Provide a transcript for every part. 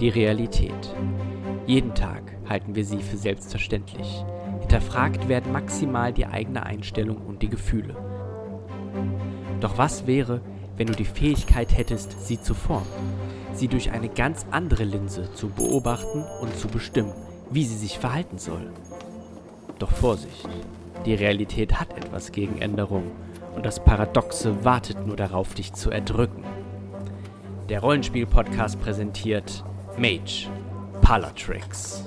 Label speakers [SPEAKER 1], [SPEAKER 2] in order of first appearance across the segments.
[SPEAKER 1] die Realität. Jeden Tag halten wir sie für selbstverständlich. Hinterfragt werden maximal die eigene Einstellung und die Gefühle. Doch was wäre, wenn du die Fähigkeit hättest, sie zu formen? Sie durch eine ganz andere Linse zu beobachten und zu bestimmen, wie sie sich verhalten soll. Doch Vorsicht, die Realität hat etwas gegen Änderung und das Paradoxe wartet nur darauf, dich zu erdrücken. Der Rollenspiel-Podcast präsentiert Mage Palatrix.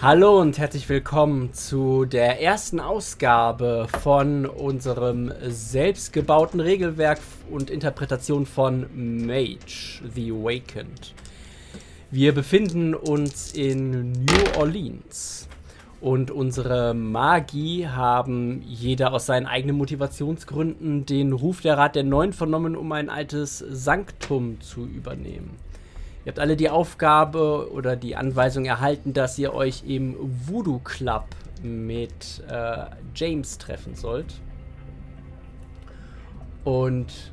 [SPEAKER 1] Hallo und herzlich willkommen zu der ersten Ausgabe von unserem selbstgebauten Regelwerk und Interpretation von Mage The Awakened. Wir befinden uns in New Orleans und unsere Magi haben jeder aus seinen eigenen Motivationsgründen den Ruf der Rat der Neun vernommen, um ein altes Sanktum zu übernehmen. Ihr habt alle die Aufgabe oder die Anweisung erhalten, dass ihr euch im Voodoo Club mit äh, James treffen sollt. Und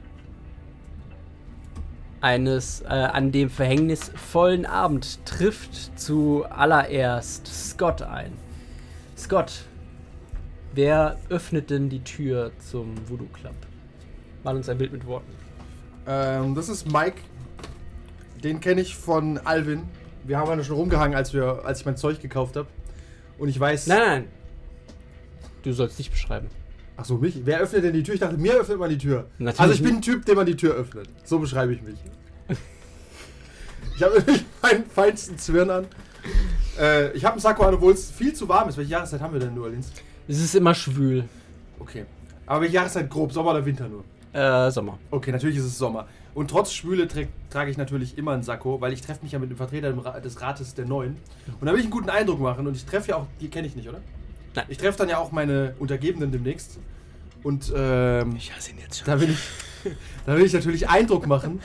[SPEAKER 1] eines äh, an dem verhängnisvollen Abend trifft zuallererst Scott ein. Scott, wer öffnet denn die Tür zum Voodoo Club? Mal uns ein Bild mit Worten.
[SPEAKER 2] Ähm, das ist Mike. Den kenne ich von Alvin. Wir haben ja schon rumgehangen, als, wir, als ich mein Zeug gekauft habe. Und ich weiß.
[SPEAKER 1] Nein, nein. Du sollst dich beschreiben.
[SPEAKER 2] Achso, mich? Wer öffnet denn die Tür? Ich dachte, mir öffnet man die Tür.
[SPEAKER 1] Natürlich
[SPEAKER 2] also ich bin
[SPEAKER 1] nicht.
[SPEAKER 2] ein Typ, dem man die Tür öffnet. So beschreibe ich mich. ich habe nämlich meinen feinsten Zwirn an. Äh, ich habe einen Sakko an, obwohl es viel zu warm ist. Welche Jahreszeit haben wir denn in New Orleans?
[SPEAKER 1] Es ist immer schwül.
[SPEAKER 2] Okay. Aber welche Jahreszeit grob? Sommer oder Winter nur?
[SPEAKER 1] Äh, Sommer.
[SPEAKER 2] Okay, natürlich ist es Sommer. Und trotz Schwüle trä- trage ich natürlich immer einen Sakko, weil ich treffe mich ja mit dem Vertreter dem Ra- des Rates der Neuen. Und da will ich einen guten Eindruck machen. Und ich treffe ja auch, die kenne ich nicht, oder?
[SPEAKER 1] Nein.
[SPEAKER 2] Ich treffe dann ja auch meine Untergebenen demnächst. Und ähm,
[SPEAKER 3] Ich hasse ihn jetzt schon.
[SPEAKER 2] da, will ich, da will ich natürlich Eindruck machen.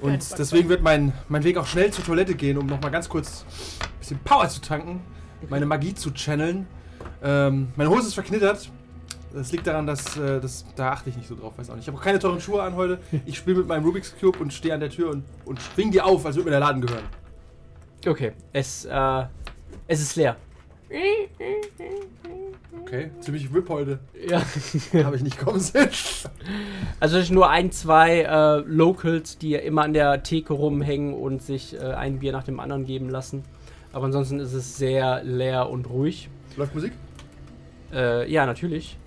[SPEAKER 2] Und deswegen wird mein, mein Weg auch schnell zur Toilette gehen, um nochmal ganz kurz ein bisschen Power zu tanken, meine Magie zu channeln. Ähm, meine Hose ist verknittert. Das liegt daran, dass äh, das, da achte ich nicht so drauf, weiß auch nicht. Ich habe auch keine teuren Schuhe an heute. Ich spiele mit meinem Rubik's Cube und stehe an der Tür und, und schwing die auf, als würde mir der Laden gehören.
[SPEAKER 1] Okay. Es, äh, es ist leer.
[SPEAKER 2] Okay, ziemlich Rip heute.
[SPEAKER 1] Ja.
[SPEAKER 2] Habe ich nicht kommen sehen.
[SPEAKER 1] Also es sind nur ein, zwei äh, Locals, die immer an der Theke rumhängen und sich äh, ein Bier nach dem anderen geben lassen. Aber ansonsten ist es sehr leer und ruhig.
[SPEAKER 2] Läuft Musik?
[SPEAKER 1] Äh, ja, natürlich.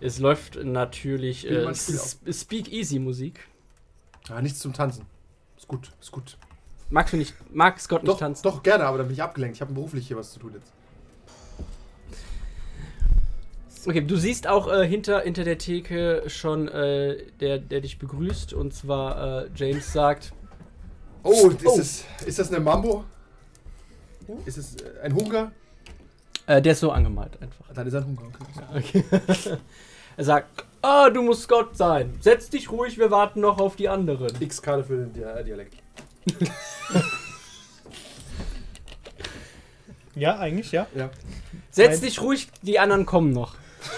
[SPEAKER 1] Es läuft natürlich
[SPEAKER 2] Spiel mal
[SPEAKER 1] äh,
[SPEAKER 2] ein Spiel auf.
[SPEAKER 1] Speak-Easy-Musik.
[SPEAKER 2] Ah, nichts zum Tanzen. Ist gut, ist gut.
[SPEAKER 1] Magst du nicht, mag Scott
[SPEAKER 2] Doch,
[SPEAKER 1] nicht tanzen?
[SPEAKER 2] doch, gerne, aber dann bin ich abgelenkt. Ich habe beruflich hier was zu tun jetzt.
[SPEAKER 1] Okay, du siehst auch äh, hinter, hinter der Theke schon, äh, der, der dich begrüßt. Und zwar äh, James sagt,
[SPEAKER 2] Oh, ist,
[SPEAKER 1] Oh.
[SPEAKER 2] Das, ist das eine Mambo? Ist es äh, ein Hunger?
[SPEAKER 1] äh, der ist so angemalt einfach.
[SPEAKER 2] Ah, Dann ist er ein Hunger. Okay.
[SPEAKER 1] Okay. er sagt, ah, du musst Gott sein. Setz dich ruhig, wir warten noch auf die anderen.
[SPEAKER 2] X Karte für den Dia- äh, Dialekt.
[SPEAKER 3] Ja, eigentlich, ja.
[SPEAKER 2] Ja.
[SPEAKER 1] Setz
[SPEAKER 3] Nein.
[SPEAKER 1] dich ruhig, die anderen kommen noch.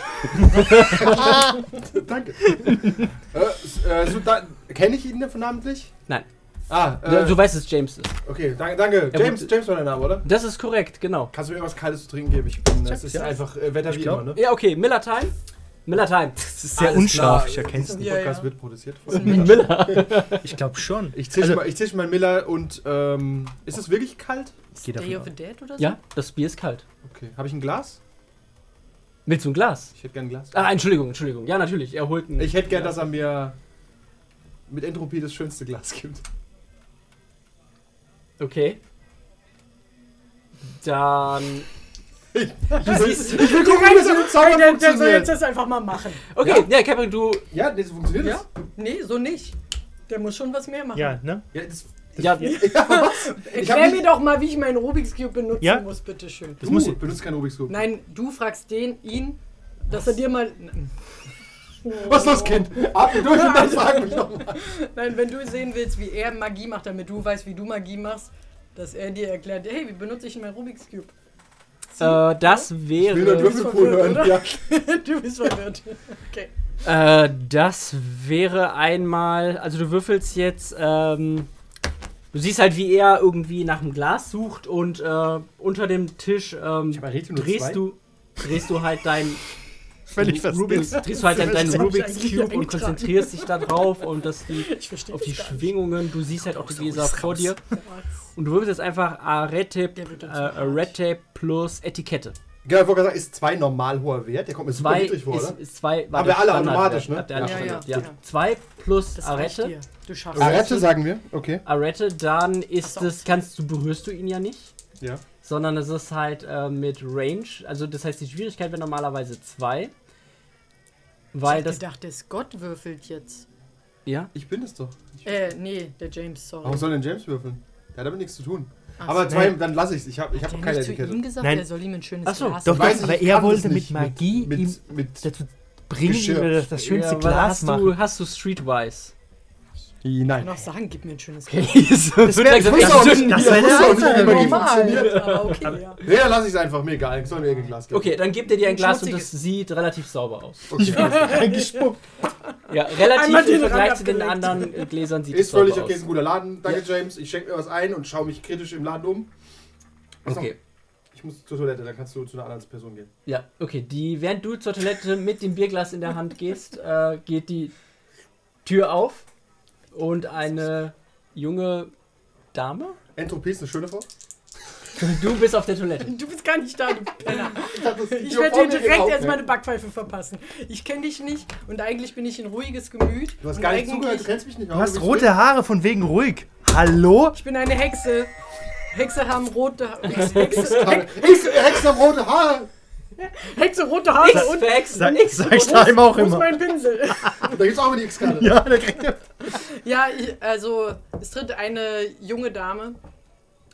[SPEAKER 2] Danke. äh, s- äh, so, da, Kenne ich ihn denn von namentlich?
[SPEAKER 1] Nein.
[SPEAKER 2] Ah,
[SPEAKER 1] Du-
[SPEAKER 2] äh,
[SPEAKER 1] du weißt, es James ist.
[SPEAKER 2] okay, danke. danke.
[SPEAKER 1] Ja,
[SPEAKER 2] James,
[SPEAKER 1] gut.
[SPEAKER 2] James war der Name, oder?
[SPEAKER 1] Das ist korrekt, genau.
[SPEAKER 2] Kannst du mir was Kaltes zu trinken geben? Ich bin, das ist
[SPEAKER 3] ja.
[SPEAKER 2] einfach äh, Wetter
[SPEAKER 3] Ich
[SPEAKER 2] wie
[SPEAKER 3] glaub-
[SPEAKER 2] immer, ne?
[SPEAKER 1] Ja, okay, Miller Time. Miller Time.
[SPEAKER 3] Das ist sehr
[SPEAKER 2] Alles
[SPEAKER 3] unscharf,
[SPEAKER 2] klar,
[SPEAKER 3] ich erkenn's
[SPEAKER 2] dieser
[SPEAKER 3] nicht.
[SPEAKER 2] Podcast
[SPEAKER 4] Ja, ja.
[SPEAKER 2] wird produziert.
[SPEAKER 4] Ist ein
[SPEAKER 2] Von
[SPEAKER 3] Ich glaube schon.
[SPEAKER 2] ich zisch,
[SPEAKER 3] Also-
[SPEAKER 2] mal, ich zisch mal Miller und ähm, ist es wirklich kalt?
[SPEAKER 3] Geh davon
[SPEAKER 4] Day of
[SPEAKER 3] aus.
[SPEAKER 4] the Dead oder so?
[SPEAKER 1] Ja, das Bier ist kalt.
[SPEAKER 2] Okay. Habe ich ein Glas?
[SPEAKER 1] Willst du ein Glas?
[SPEAKER 2] Ich hätte gern ein Glas.
[SPEAKER 1] Ah, Entschuldigung, Entschuldigung. Ja, natürlich, er holt ein.
[SPEAKER 2] Ich hätte gern,
[SPEAKER 1] Ja.
[SPEAKER 2] dass er mir mit Entropie das schönste Glas gibt.
[SPEAKER 1] Okay. Dann.
[SPEAKER 2] Du
[SPEAKER 1] siehst-
[SPEAKER 2] ich will gucken, wie das mit dem Zauber
[SPEAKER 4] Der, der soll jetzt
[SPEAKER 2] funktioniert.
[SPEAKER 4] das einfach mal machen.
[SPEAKER 1] Okay, ja, Kevin, du.
[SPEAKER 2] Ja, das funktioniert.
[SPEAKER 4] Ja? Nee, so nicht. Der muss schon was mehr machen.
[SPEAKER 3] Ja, ne?
[SPEAKER 2] Das. Ja, das
[SPEAKER 1] Ja,
[SPEAKER 2] Ich hab
[SPEAKER 4] Erklär mir
[SPEAKER 2] nicht-
[SPEAKER 4] doch mal, wie ich meinen Rubik's Cube benutzen
[SPEAKER 3] Ja?
[SPEAKER 4] muss, bitteschön.
[SPEAKER 3] Das muss
[SPEAKER 2] du
[SPEAKER 3] ich.
[SPEAKER 2] benutzt kein Rubik's Cube.
[SPEAKER 4] Nein, du fragst den, ihn, dass er dir mal.
[SPEAKER 2] Was ist los, Kind? Atme durch und dann frag mich nochmal.
[SPEAKER 4] Nein, wenn du sehen willst, wie er Magie macht, damit du weißt, wie du Magie machst, dass er dir erklärt, hey, wie benutze ich denn meinen Rubik's Cube?
[SPEAKER 1] äh, das
[SPEAKER 2] Ich will nur
[SPEAKER 1] wäre.
[SPEAKER 2] Würfelpool
[SPEAKER 4] verwirrt,
[SPEAKER 2] hören.
[SPEAKER 4] oder?
[SPEAKER 2] Ja.
[SPEAKER 4] du bist verwirrt. Okay.
[SPEAKER 1] Äh, das wäre einmal. Also, du würfelst jetzt. Ähm, du siehst halt, wie er irgendwie nach dem Glas sucht und äh, unter dem Tisch ähm,
[SPEAKER 2] hab bei Rätsel nur zwei.
[SPEAKER 1] drehst, du, drehst du halt dein.
[SPEAKER 5] Völlig
[SPEAKER 1] Rubiks,
[SPEAKER 5] verstehst.
[SPEAKER 1] drehst du halt deinen deinen
[SPEAKER 4] Das hab ich
[SPEAKER 1] Rubiks
[SPEAKER 4] eigentlich
[SPEAKER 1] Cube und
[SPEAKER 4] eingetragen.
[SPEAKER 1] konzentrierst dich da drauf und dass die,
[SPEAKER 4] Ich verstehe
[SPEAKER 1] auf die
[SPEAKER 4] das gar nicht.
[SPEAKER 1] Schwingungen, du siehst halt auch die Gläser
[SPEAKER 3] raus,
[SPEAKER 1] vor
[SPEAKER 3] raus.
[SPEAKER 1] dir. Und du würfelst jetzt einfach a Red Tape,
[SPEAKER 4] Der wird
[SPEAKER 1] äh,
[SPEAKER 4] dann
[SPEAKER 1] a
[SPEAKER 4] zum
[SPEAKER 1] Red Tape plus Etikette.
[SPEAKER 5] Genau, ich wollte gerade sagen, ist 2 normal hoher Wert. Der kommt mir super
[SPEAKER 1] Zwei
[SPEAKER 5] niedrig vor,
[SPEAKER 1] ist,
[SPEAKER 5] oder?
[SPEAKER 1] ist zwei war
[SPEAKER 5] Haben
[SPEAKER 1] der
[SPEAKER 5] wir alle
[SPEAKER 1] Standardwert.
[SPEAKER 5] automatisch, ne?
[SPEAKER 1] Habt ihr alle
[SPEAKER 5] Ja,
[SPEAKER 1] Standard,
[SPEAKER 4] ja,
[SPEAKER 1] ja.
[SPEAKER 4] ja.
[SPEAKER 1] Zwei plus
[SPEAKER 4] Das reicht
[SPEAKER 1] Arette.
[SPEAKER 4] dir. Du schaffst
[SPEAKER 5] Arette
[SPEAKER 4] es.
[SPEAKER 5] sagen wir, okay.
[SPEAKER 1] Arette, dann ist
[SPEAKER 4] Ach so.
[SPEAKER 1] es, kannst du berührst du ihn ja nicht,
[SPEAKER 5] Ja.
[SPEAKER 1] sondern es ist halt äh, mit Range. Also das heißt, die Schwierigkeit wäre normalerweise zwei, weil
[SPEAKER 4] ich hab
[SPEAKER 1] das
[SPEAKER 4] gedacht, der Scott würfelt jetzt.
[SPEAKER 1] ja
[SPEAKER 5] Ich bin es doch.
[SPEAKER 4] Äh, nee, der James, sorry.
[SPEAKER 5] Warum soll denn James würfeln? Der hat damit nichts zu tun.
[SPEAKER 4] Ach,
[SPEAKER 5] Aber
[SPEAKER 4] so.
[SPEAKER 5] zwei, dann lasse ich es. Ich habe ich
[SPEAKER 4] Hat
[SPEAKER 5] hab
[SPEAKER 4] er
[SPEAKER 5] keine
[SPEAKER 4] nicht zu ihm
[SPEAKER 5] Etikette.
[SPEAKER 4] gesagt,
[SPEAKER 3] Nein.
[SPEAKER 4] er soll ihm ein schönes
[SPEAKER 1] Ach so,
[SPEAKER 4] Glas
[SPEAKER 3] Doch,
[SPEAKER 4] geben?
[SPEAKER 3] doch,
[SPEAKER 5] Weiß ich,
[SPEAKER 3] aber
[SPEAKER 5] ich
[SPEAKER 3] er
[SPEAKER 5] kann das
[SPEAKER 3] wollte mit
[SPEAKER 5] nicht, mit-
[SPEAKER 3] Magie ihm
[SPEAKER 5] Mit, mit
[SPEAKER 3] dazu bringen, ihm
[SPEAKER 5] Geschirr.
[SPEAKER 3] das, das schönste
[SPEAKER 1] Ja, aber
[SPEAKER 3] Glas
[SPEAKER 1] hast
[SPEAKER 3] machen.
[SPEAKER 1] du hast du Streetwise.
[SPEAKER 4] Ich
[SPEAKER 5] Nein.
[SPEAKER 4] kann auch sagen, gib mir ein schönes Glas.
[SPEAKER 1] das
[SPEAKER 3] wär- das
[SPEAKER 5] Muss auch nicht,
[SPEAKER 3] Das
[SPEAKER 5] das
[SPEAKER 3] wäre
[SPEAKER 5] muss auch nicht
[SPEAKER 3] einfach
[SPEAKER 5] wie Magie
[SPEAKER 4] normal.
[SPEAKER 5] funktioniert.
[SPEAKER 4] Aber okay, ja.
[SPEAKER 5] Nee, dann lasse ich es einfach. Mir egal. Ich soll mir irgendein Glas geben.
[SPEAKER 1] Okay, dann gebt ihr dir ein
[SPEAKER 4] Ein
[SPEAKER 1] Glas und das
[SPEAKER 4] schmutziges.
[SPEAKER 1] sieht relativ sauber aus.
[SPEAKER 5] okay.
[SPEAKER 3] Reingespuckt.
[SPEAKER 1] Ja, relativ
[SPEAKER 4] Einmal den
[SPEAKER 1] im Vergleich
[SPEAKER 4] Rand
[SPEAKER 1] zu den
[SPEAKER 4] abgeleckt.
[SPEAKER 1] anderen äh, Gläsern sieht es
[SPEAKER 5] Ist
[SPEAKER 1] sauber
[SPEAKER 5] völlig okay, ist ein guter Laden. Danke, James. Ich schenke mir was ein und schaue mich kritisch im Laden um.
[SPEAKER 1] aus.
[SPEAKER 5] Achso,
[SPEAKER 1] Okay.
[SPEAKER 5] Ich muss zur Toilette, dann kannst du zu einer anderen Person gehen.
[SPEAKER 1] Ja, okay. Die, während du zur Toilette mit dem Bierglas in der Hand gehst, äh, geht die Tür auf und eine junge Dame.
[SPEAKER 5] Entropie ist eine schöne Frau.
[SPEAKER 1] Du bist auf der Toilette.
[SPEAKER 4] Du bist gar nicht da, du Penner.
[SPEAKER 5] Ich, dachte, das
[SPEAKER 4] Ich
[SPEAKER 5] hier
[SPEAKER 4] werde
[SPEAKER 5] vor
[SPEAKER 4] dir
[SPEAKER 5] mir geht
[SPEAKER 4] direkt
[SPEAKER 5] auf,
[SPEAKER 4] erstmal
[SPEAKER 5] ne?
[SPEAKER 4] eine Backpfeife verpassen. Ich kenne dich nicht und eigentlich bin ich ein ruhiges Gemüt.
[SPEAKER 5] Du hast
[SPEAKER 4] und
[SPEAKER 5] gar nicht
[SPEAKER 4] eigentlich-
[SPEAKER 5] zugehört, du kennst mich nicht.
[SPEAKER 3] Du hast rote Haare, von wegen ruhig. Hallo?
[SPEAKER 4] Ich bin eine Hexe. Hexe haben rote Haare. Hexe, Hexe,
[SPEAKER 5] Ich Hexer rote Haare!
[SPEAKER 4] Hexe rote Haare und
[SPEAKER 1] verhext
[SPEAKER 3] Sag,
[SPEAKER 1] nichts.
[SPEAKER 3] sag ich daheim auch
[SPEAKER 4] wo ist
[SPEAKER 3] immer.
[SPEAKER 4] mein Pinsel?
[SPEAKER 5] Da gibt's auch immer die X-Karte.
[SPEAKER 3] Ja, der kriegt ja.
[SPEAKER 4] Ja, ich, also es tritt eine junge Dame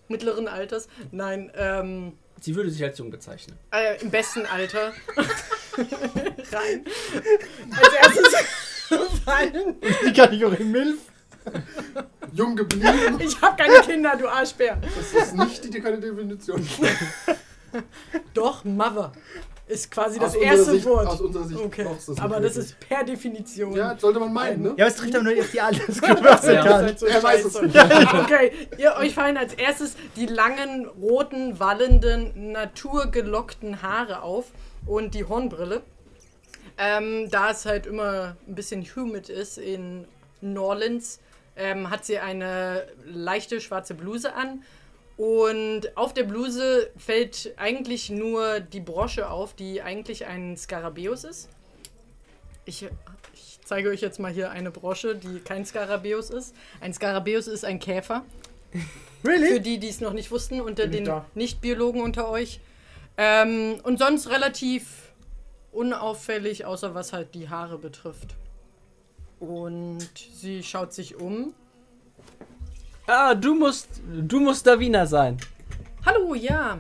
[SPEAKER 4] mittleren Alters. Nein, ähm,
[SPEAKER 1] Sie würde sich als jung bezeichnen.
[SPEAKER 4] äh, im besten Alter. Rein. Als erstes fallen.
[SPEAKER 3] Die Kategorie Milf.
[SPEAKER 5] Jung geblieben,
[SPEAKER 4] Ich hab keine Kinder, du Arschbär.
[SPEAKER 5] das ist nicht die, die keine Definition.
[SPEAKER 4] Doch, Mother ist quasi
[SPEAKER 5] Aus
[SPEAKER 4] das
[SPEAKER 5] unserer
[SPEAKER 4] erste
[SPEAKER 5] Sicht-
[SPEAKER 4] Wort.
[SPEAKER 5] Aus unserer Sicht
[SPEAKER 4] Okay,
[SPEAKER 5] brauchst du es
[SPEAKER 4] aber
[SPEAKER 5] nicht
[SPEAKER 4] das ist per Definition.
[SPEAKER 5] wirklich. Ja, das sollte man meinen, ne?
[SPEAKER 3] Ja, aber es trifft aber nur auf die Altersgruppe. Das ist
[SPEAKER 1] Ja.
[SPEAKER 3] egal.
[SPEAKER 4] Seid halt so
[SPEAKER 5] Er weiß es
[SPEAKER 4] scheiße.
[SPEAKER 5] nicht.
[SPEAKER 4] Okay, ihr, euch fallen als erstes die langen, roten, wallenden, naturgelockten Haare auf und die Hornbrille. Ähm, da es halt immer ein bisschen humid ist in New Orleans, ähm, hat sie eine leichte schwarze Bluse an. Und auf der Bluse fällt eigentlich nur die Brosche auf, die eigentlich ein Skarabäus ist. Ich, ich zeige euch jetzt mal hier eine Brosche, die kein Skarabäus ist. Ein Skarabäus ist ein Käfer. Für
[SPEAKER 3] Really?
[SPEAKER 4] die, die es noch nicht wussten, unter
[SPEAKER 3] Bin ich
[SPEAKER 4] den
[SPEAKER 3] da.
[SPEAKER 4] Nicht-Biologen unter euch. Ähm, und sonst relativ unauffällig, außer was halt die Haare betrifft. Und sie schaut sich um.
[SPEAKER 1] Ah, du musst, du musst Davina sein.
[SPEAKER 4] Hallo, ja,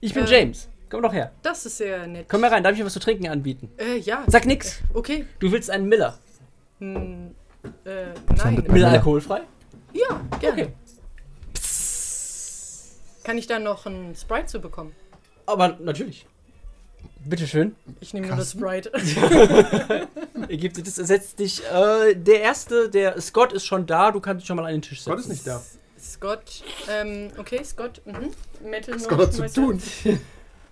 [SPEAKER 1] Ich bin
[SPEAKER 4] Äh.
[SPEAKER 1] James. Komm doch her.
[SPEAKER 4] das ist sehr nett.
[SPEAKER 1] Komm mal rein. Darf ich dir was zu trinken anbieten?
[SPEAKER 4] Äh, ja,
[SPEAKER 1] Sag nix.
[SPEAKER 4] okay.
[SPEAKER 1] Du willst einen Miller.
[SPEAKER 4] Hm, äh,
[SPEAKER 1] Miller
[SPEAKER 4] nein.
[SPEAKER 3] Miller.
[SPEAKER 1] alkoholfrei?
[SPEAKER 4] Ja, gerne.
[SPEAKER 1] Okay.
[SPEAKER 4] Kann ich dann noch einen Sprite zu bekommen?
[SPEAKER 1] Aber natürlich. Bitteschön.
[SPEAKER 4] Ich nehme nur das Sprite.
[SPEAKER 1] Ihr gebt dir das, setzt dich. Äh, der erste, der Scott ist schon da. Du kannst dich schon mal an den Tisch setzen.
[SPEAKER 5] Gott ist nicht da.
[SPEAKER 4] Scott, ähm, okay, Scott, mhm. Metal
[SPEAKER 5] Scott hat zu
[SPEAKER 4] Noise
[SPEAKER 5] tun.